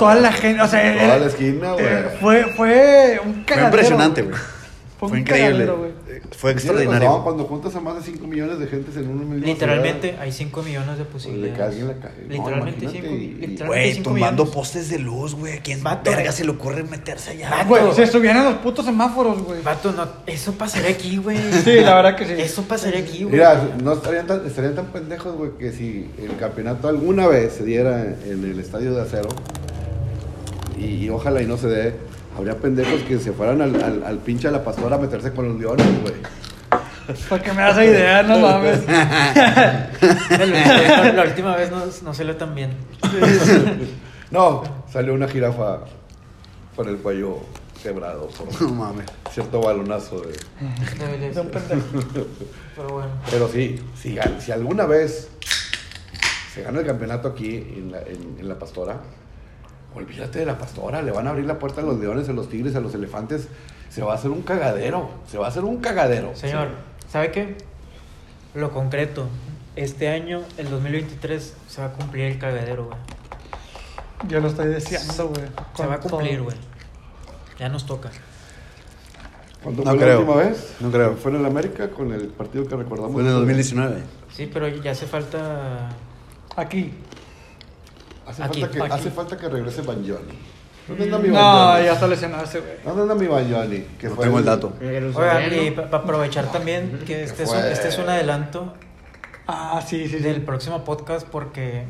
[SPEAKER 3] Toda la gente, o sea,
[SPEAKER 2] Toda
[SPEAKER 3] era-
[SPEAKER 2] la esquina, güey.
[SPEAKER 3] eh, fue, fue un
[SPEAKER 1] fue
[SPEAKER 3] cagadero.
[SPEAKER 1] impresionante, güey.
[SPEAKER 3] Fue
[SPEAKER 1] Fue,
[SPEAKER 3] un
[SPEAKER 1] increíble.
[SPEAKER 3] cagadero, güey.
[SPEAKER 1] Eh, fue
[SPEAKER 2] No,
[SPEAKER 1] extraordinario.
[SPEAKER 2] cuando juntas a más de 5 millones de gentes en un mismo
[SPEAKER 4] Literalmente hay 5 millones de posibilidades.
[SPEAKER 2] Le cagué, le cagué. No,
[SPEAKER 4] Literalmente
[SPEAKER 2] imagínate,
[SPEAKER 4] 5
[SPEAKER 2] y-
[SPEAKER 1] Güey,
[SPEAKER 4] millones.
[SPEAKER 1] tumbando postes de luz, güey. ¿A ¿Quién
[SPEAKER 4] Vato,
[SPEAKER 1] verga
[SPEAKER 4] güey.
[SPEAKER 1] se le ocurre meterse allá?
[SPEAKER 4] Vato.
[SPEAKER 3] Güey, se subían a los putos semáforos, güey.
[SPEAKER 4] Vato, no, eso pasaría aquí, güey.
[SPEAKER 3] Sí, la verdad que sí.
[SPEAKER 4] Eso pasaría aquí, güey.
[SPEAKER 2] Mira, no estarían tan, estarían tan pendejos, güey, que si el campeonato alguna vez se diera en el estadio de acero, y, y ojalá y no se dé, habría pendejos que se fueran al, al, al pinche a la pastora a meterse con los leones, güey. *laughs*
[SPEAKER 3] Porque me das idea, no mames.
[SPEAKER 4] *laughs* La, la última vez no, no salió tan bien.
[SPEAKER 2] No, salió una jirafa con el cuello quebrado
[SPEAKER 1] *laughs* No
[SPEAKER 2] por
[SPEAKER 1] mames.
[SPEAKER 2] cierto balonazo de.
[SPEAKER 3] De un pendejo.
[SPEAKER 4] Pero bueno.
[SPEAKER 2] Pero sí, si, gan- si alguna vez se gana el campeonato aquí en la, en- en la Pastora, olvídate de la Pastora, le van a abrir la puerta a los leones, a los tigres, a los elefantes. Se va a hacer un cagadero, se va a hacer un cagadero.
[SPEAKER 4] Señor, ¿sabe qué? Lo concreto. Este año, el 2023, se va a cumplir el cagadero, güey.
[SPEAKER 3] Yo lo estoy deseando, güey.
[SPEAKER 4] Se va a
[SPEAKER 3] Con
[SPEAKER 4] cumplir,
[SPEAKER 3] todo.
[SPEAKER 4] güey. Ya nos toca.
[SPEAKER 2] ¿Cuándo
[SPEAKER 1] No
[SPEAKER 2] fue
[SPEAKER 1] creo,
[SPEAKER 2] la última vez?
[SPEAKER 1] no creo.
[SPEAKER 2] Fue en el América con el partido que recordamos.
[SPEAKER 1] Fue en el 2019.
[SPEAKER 4] Sí, pero ya hace falta.
[SPEAKER 3] Aquí.
[SPEAKER 2] Hace,
[SPEAKER 4] Aquí,
[SPEAKER 2] falta, que,
[SPEAKER 4] aquí.
[SPEAKER 2] hace falta que regrese Banjoni. ¿Dónde anda mi
[SPEAKER 3] Mm, No,
[SPEAKER 2] Bayoni?
[SPEAKER 3] ya está lesionado ese güey.
[SPEAKER 2] ¿Dónde anda mi Bayoni? Que
[SPEAKER 1] No
[SPEAKER 2] fue
[SPEAKER 1] tengo el dato.
[SPEAKER 6] En
[SPEAKER 3] Pues
[SPEAKER 4] Oigan,
[SPEAKER 6] Jerusalén,
[SPEAKER 4] y
[SPEAKER 6] ¿no?
[SPEAKER 4] para aprovechar también que este es, un,
[SPEAKER 2] fue.
[SPEAKER 4] este es un adelanto
[SPEAKER 3] Ah, sí, sí,
[SPEAKER 4] del
[SPEAKER 3] sí.
[SPEAKER 4] próximo podcast porque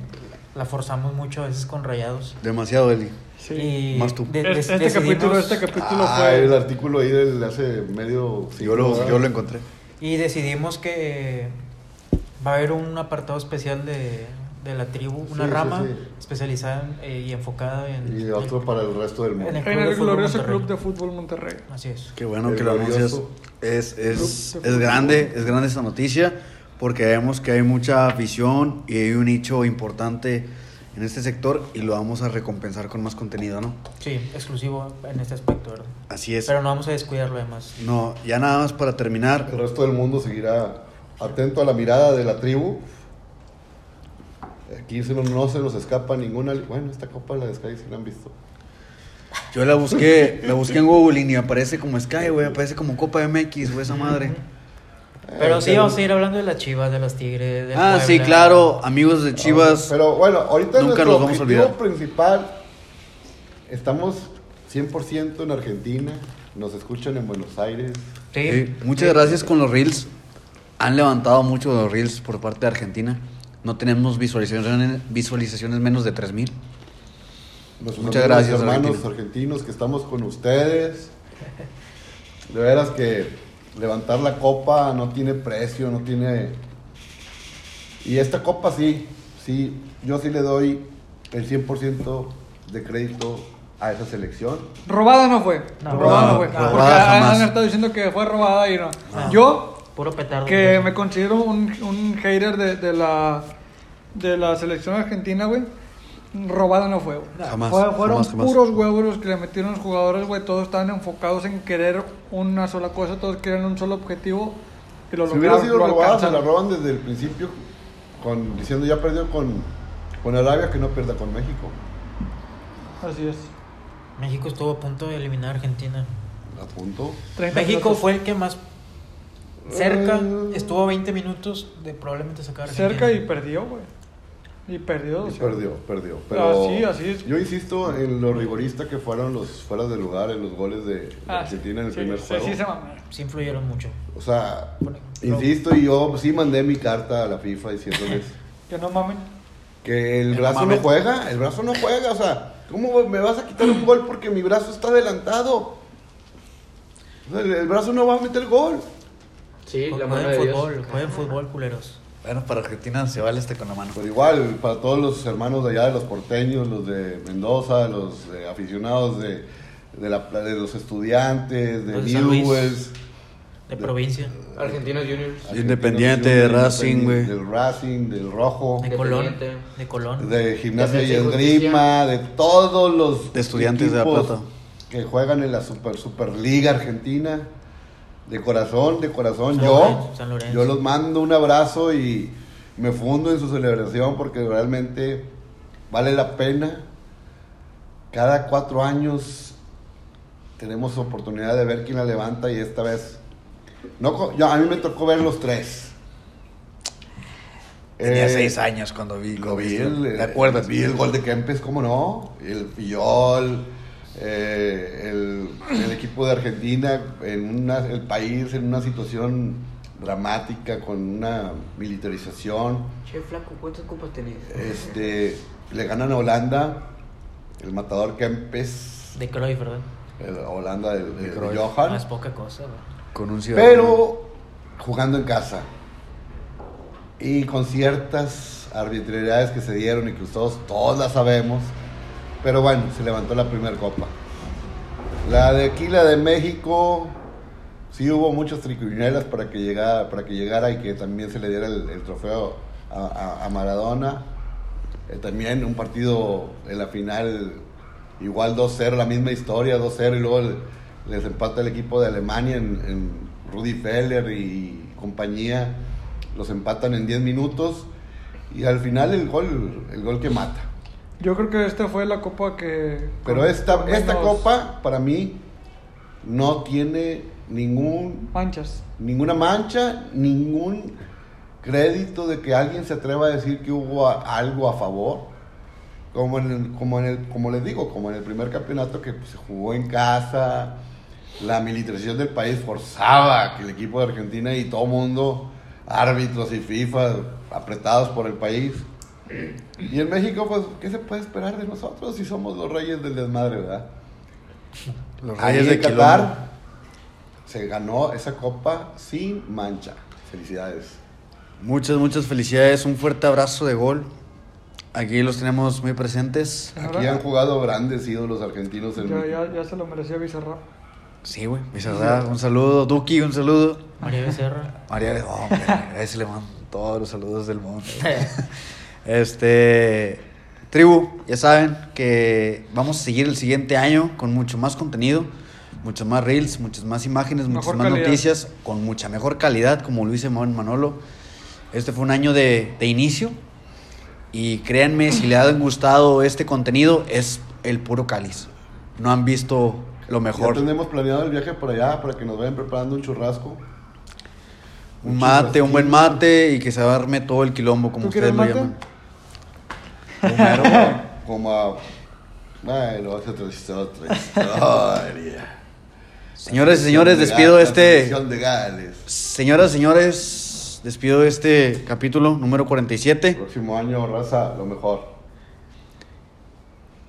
[SPEAKER 4] la forzamos mucho a veces con rayados.
[SPEAKER 1] Demasiado, Eli.
[SPEAKER 3] Sí.
[SPEAKER 4] Y
[SPEAKER 1] Más tú.
[SPEAKER 4] de- de-
[SPEAKER 3] Es- este
[SPEAKER 4] decidimos-
[SPEAKER 3] capítulo, este capítulo
[SPEAKER 2] Ah,
[SPEAKER 3] fue.
[SPEAKER 2] el artículo ahí del hace medio.
[SPEAKER 1] Yo lo,
[SPEAKER 2] siglo,
[SPEAKER 1] yo lo
[SPEAKER 2] ¿verdad?
[SPEAKER 1] encontré.
[SPEAKER 4] Y decidimos que va a haber un apartado especial de, de la tribu, una
[SPEAKER 2] Sí, sí,
[SPEAKER 4] rama
[SPEAKER 2] sí.
[SPEAKER 4] especializada en- eh, y enfocada en...
[SPEAKER 2] Y otro para el resto del mundo.
[SPEAKER 4] En
[SPEAKER 3] En
[SPEAKER 4] Club de
[SPEAKER 3] el
[SPEAKER 4] Fútbol
[SPEAKER 3] glorioso
[SPEAKER 4] Monterrey.
[SPEAKER 3] Club de Fútbol Monterrey.
[SPEAKER 4] Así es.
[SPEAKER 1] Qué bueno
[SPEAKER 2] El
[SPEAKER 1] que lo anuncias.
[SPEAKER 2] glorioso.
[SPEAKER 1] Es, es,
[SPEAKER 3] Club de
[SPEAKER 1] es
[SPEAKER 3] fútbol.
[SPEAKER 1] grande, es grande esta noticia porque vemos que hay mucha afición y hay un nicho importante en este sector y lo vamos a recompensar con más contenido, ¿no?
[SPEAKER 4] Sí, exclusivo en este aspecto, ¿verdad?
[SPEAKER 1] Así es.
[SPEAKER 4] Pero no vamos a descuidar lo demás.
[SPEAKER 1] No, ya nada más para terminar.
[SPEAKER 2] El resto del mundo seguirá atento a la mirada de la tribu. Aquí se nos- no se nos escapa ninguna. li- Bueno, esta copa la de Sky sí la han visto.
[SPEAKER 1] Yo la busqué, la busqué en Google y ni aparece como Sky, güey, aparece como Copa MX, güey, esa madre.
[SPEAKER 4] Pero
[SPEAKER 2] Eh,
[SPEAKER 4] sí, vamos a ir hablando de las chivas, de los tigres, de
[SPEAKER 1] Ah, sí, claro, amigos de Chivas.
[SPEAKER 2] Pero bueno, ahorita
[SPEAKER 1] Nunca
[SPEAKER 2] nuestro
[SPEAKER 1] los vamos a
[SPEAKER 2] objetivo
[SPEAKER 1] olvidar.
[SPEAKER 2] principal, estamos 100% en Argentina, nos escuchan en Buenos Aires.
[SPEAKER 4] Sí,
[SPEAKER 1] Sí, muchas
[SPEAKER 4] sí.
[SPEAKER 1] gracias con los Reels. Han levantado mucho los Reels por parte de Argentina. No tenemos visualizaciones, visualizaciones menos de 3000.
[SPEAKER 2] Nuestros
[SPEAKER 1] Muchas
[SPEAKER 2] amigos
[SPEAKER 1] gracias,
[SPEAKER 2] hermanos
[SPEAKER 1] Argentina.
[SPEAKER 2] argentinos que estamos con ustedes. De veras que levantar la copa no tiene precio, no tiene... Y esta copa sí, sí, yo sí le doy el 100% de crédito a esa selección.
[SPEAKER 3] Robada no fue.
[SPEAKER 4] No.
[SPEAKER 3] robada no,
[SPEAKER 1] No,
[SPEAKER 3] fue.
[SPEAKER 1] robada
[SPEAKER 3] Porque han-
[SPEAKER 1] jamás.
[SPEAKER 3] han estado diciendo que fue robada y no. Yo,
[SPEAKER 4] Puro petardo.
[SPEAKER 3] que me considero un, un hater de, de la, de la selección argentina, güey. Robada no fue, güey.
[SPEAKER 1] Jamás,
[SPEAKER 3] Fue- fueron
[SPEAKER 1] jamás, jamás.
[SPEAKER 3] puros huevos los que le metieron los jugadores, güey. Todos estaban enfocados en querer una sola cosa, todos querían un solo objetivo. Y lo
[SPEAKER 2] Si hubiera
[SPEAKER 3] lograron,
[SPEAKER 2] sido
[SPEAKER 3] lo
[SPEAKER 2] robada, se
[SPEAKER 3] alcanzaron.
[SPEAKER 2] la roban desde el principio, con, diciendo ya perdió con, con Arabia, que no pierda con México.
[SPEAKER 3] Así es.
[SPEAKER 4] México estuvo a punto de eliminar a Argentina.
[SPEAKER 2] A punto.
[SPEAKER 3] 30
[SPEAKER 4] México
[SPEAKER 3] minutos.
[SPEAKER 4] fue el que más cerca
[SPEAKER 2] Eh.
[SPEAKER 4] estuvo a 20 minutos de probablemente sacar a Argentina.
[SPEAKER 3] cerca y perdió, güey. Y perdió.
[SPEAKER 2] Y
[SPEAKER 3] o sea.
[SPEAKER 2] perdió, perdió. Pero
[SPEAKER 3] Así, así es.
[SPEAKER 2] Yo insisto en lo rigorista que fueron los fueras de lugar en los goles de, de
[SPEAKER 3] Ah,
[SPEAKER 2] Argentina en el
[SPEAKER 3] sí,
[SPEAKER 2] primer
[SPEAKER 3] sí,
[SPEAKER 2] juego.
[SPEAKER 3] Sí, se mamaron.
[SPEAKER 4] Sí influyeron mucho.
[SPEAKER 2] O sea,
[SPEAKER 4] Bueno,
[SPEAKER 2] insisto, y yo sí mandé mi carta a la FIFA
[SPEAKER 3] *laughs*
[SPEAKER 2] diciéndoles
[SPEAKER 3] Que no mamen.
[SPEAKER 2] que el
[SPEAKER 1] Que no
[SPEAKER 2] brazo no
[SPEAKER 1] mames.
[SPEAKER 2] juega, el brazo no juega. O sea, ¿cómo me vas a quitar un gol porque mi brazo está adelantado? O sea, El, el brazo no va a meter gol.
[SPEAKER 6] Sí, la mano
[SPEAKER 4] Jueguen
[SPEAKER 6] de
[SPEAKER 4] fútbol,
[SPEAKER 6] Dios.
[SPEAKER 4] jueguen fútbol, culeros.
[SPEAKER 1] Bueno, para Argentina se vale este con la mano.
[SPEAKER 2] Pero Pues igual, para todos los hermanos de allá, de los porteños, los de Mendoza, los eh, aficionados de, de, la, de los estudiantes, de
[SPEAKER 4] Los de San Luis.
[SPEAKER 2] Newell's,
[SPEAKER 4] De provincia.
[SPEAKER 6] Argentinos Juniors.
[SPEAKER 2] Argentinos
[SPEAKER 1] Independiente,
[SPEAKER 2] Juniors,
[SPEAKER 1] Racing, güey.
[SPEAKER 2] Del Racing, del Rojo,
[SPEAKER 4] De Colón.
[SPEAKER 6] Independiente.
[SPEAKER 4] De Colón.
[SPEAKER 2] de Gimnasia y
[SPEAKER 6] Defensa y
[SPEAKER 2] el
[SPEAKER 6] Justicia.
[SPEAKER 2] Grima, de todos los
[SPEAKER 1] De Estudiantes de La
[SPEAKER 2] equipos
[SPEAKER 1] Plata.
[SPEAKER 2] que juegan en la Super Superliga Argentina. De corazón, de corazón,
[SPEAKER 4] San
[SPEAKER 2] yo,
[SPEAKER 4] Lorenzo, San Lorenzo.
[SPEAKER 2] yo los mando un abrazo y me fundo en su celebración porque realmente vale la pena. Cada cuatro años tenemos oportunidad de ver quién la levanta y esta vez no, co- yo- a mí me tocó ver los tres.
[SPEAKER 1] Tenía
[SPEAKER 2] Eh,
[SPEAKER 1] seis años cuando vi, lo
[SPEAKER 2] Lo
[SPEAKER 1] vi. eh,
[SPEAKER 2] vi, el,
[SPEAKER 1] Este, ¿Te
[SPEAKER 2] el-
[SPEAKER 1] acuerdas?
[SPEAKER 2] Vi el gol de Kempes, ¿cómo no? El Pillol, eh, el, el equipo de Argentina, en una, el país en una situación dramática, con una militarización.
[SPEAKER 6] Che, flaco, ¿cuántas copas tenés?
[SPEAKER 2] Este, le ganan a Holanda, el matador Kempes,
[SPEAKER 4] De Cruyff, ¿verdad?
[SPEAKER 2] el- Holanda del- del
[SPEAKER 1] Cruyff.
[SPEAKER 4] No
[SPEAKER 2] Johan.
[SPEAKER 4] es poca cosa, güey.
[SPEAKER 1] Con un ciudadano.
[SPEAKER 2] pero jugando en casa y con ciertas arbitrariedades que se dieron y que todos, todas las sabemos. Pero bueno, se levantó la primera copa. La de aquí, la de México, sí hubo muchas triquiñuelas para que llegara, para que llegara y que también se le diera el, el trofeo a, a- a Maradona. Eh, también un partido en la final, igual 2-0, la misma historia, 2-0 y luego le- les empata el equipo de Alemania en, en Rudy Feller y compañía. Los empatan en 10 minutos y al final el gol, el gol que mata.
[SPEAKER 3] Yo creo que esta fue la copa que.
[SPEAKER 2] Pero
[SPEAKER 3] con-
[SPEAKER 2] esta,
[SPEAKER 3] con
[SPEAKER 2] esta
[SPEAKER 3] menos
[SPEAKER 2] copa para mí no tiene ningún
[SPEAKER 3] Manchas.
[SPEAKER 2] ninguna mancha, ningún crédito de que alguien se atreva a decir que hubo a- algo a favor. Como, en el- como, en el, como les digo, como en el primer campeonato que pues, se jugó en casa, la militarización del país forzaba que el equipo de Argentina y todo mundo, árbitros y FIFA, apretados por el país. Y en México, pues, ¿qué se puede esperar de nosotros si somos los reyes del desmadre, verdad?
[SPEAKER 1] Los
[SPEAKER 2] Ahí
[SPEAKER 1] reyes
[SPEAKER 2] de
[SPEAKER 1] de Qatar.
[SPEAKER 2] Qatar se ganó esa copa sin mancha. Felicidades.
[SPEAKER 1] Muchas, muchas felicidades. Un fuerte abrazo de gol. Aquí los tenemos muy presentes.
[SPEAKER 2] Aquí han jugado grandes ídolos argentinos en
[SPEAKER 3] Ya,
[SPEAKER 2] México.
[SPEAKER 3] ya, ya se lo merecía Bizarrap.
[SPEAKER 1] Sí, güey. Bizarra, un saludo. Duki, un saludo.
[SPEAKER 4] María
[SPEAKER 1] *laughs*
[SPEAKER 4] Becerra.
[SPEAKER 1] María de oh,
[SPEAKER 3] *laughs*
[SPEAKER 1] hombre, a ese le mando todos los saludos del mundo. *laughs* Este. Tribu, ya saben que vamos a seguir el siguiente año con mucho más contenido, muchos más reels, muchas más imágenes, muchas
[SPEAKER 3] Mejor
[SPEAKER 1] más
[SPEAKER 3] calidad.
[SPEAKER 1] noticias, con mucha mejor calidad, como lo dice Mon- Manolo. Este fue un año de, de inicio y créanme, si le han gustado este contenido, es el puro cáliz. No han visto lo mejor.
[SPEAKER 2] Ya tenemos planeado el viaje para allá para que nos vayan preparando un churrasco.
[SPEAKER 1] Un mate, un buen mate y que se arme todo el quilombo, como
[SPEAKER 3] ¿Tú
[SPEAKER 1] ustedes lo
[SPEAKER 3] quieres mate?
[SPEAKER 1] llaman.
[SPEAKER 2] Homero, como a... Bueno, hace tres, otra historia.
[SPEAKER 1] Señoras y señores,
[SPEAKER 2] La
[SPEAKER 1] despido
[SPEAKER 2] selección
[SPEAKER 1] este.
[SPEAKER 2] de Gales.
[SPEAKER 1] Señoras y señores, despido este capítulo número 47.
[SPEAKER 2] Próximo año, raza, lo mejor.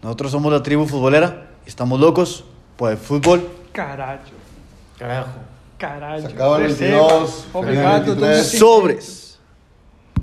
[SPEAKER 1] Nosotros somos la tribu futbolera, estamos locos por el fútbol.
[SPEAKER 3] Carajo,
[SPEAKER 4] Carajo.
[SPEAKER 3] carajo.
[SPEAKER 2] Se acaba el 22,
[SPEAKER 3] Obligado,
[SPEAKER 2] feliz 23.
[SPEAKER 3] tú-
[SPEAKER 1] Sobres.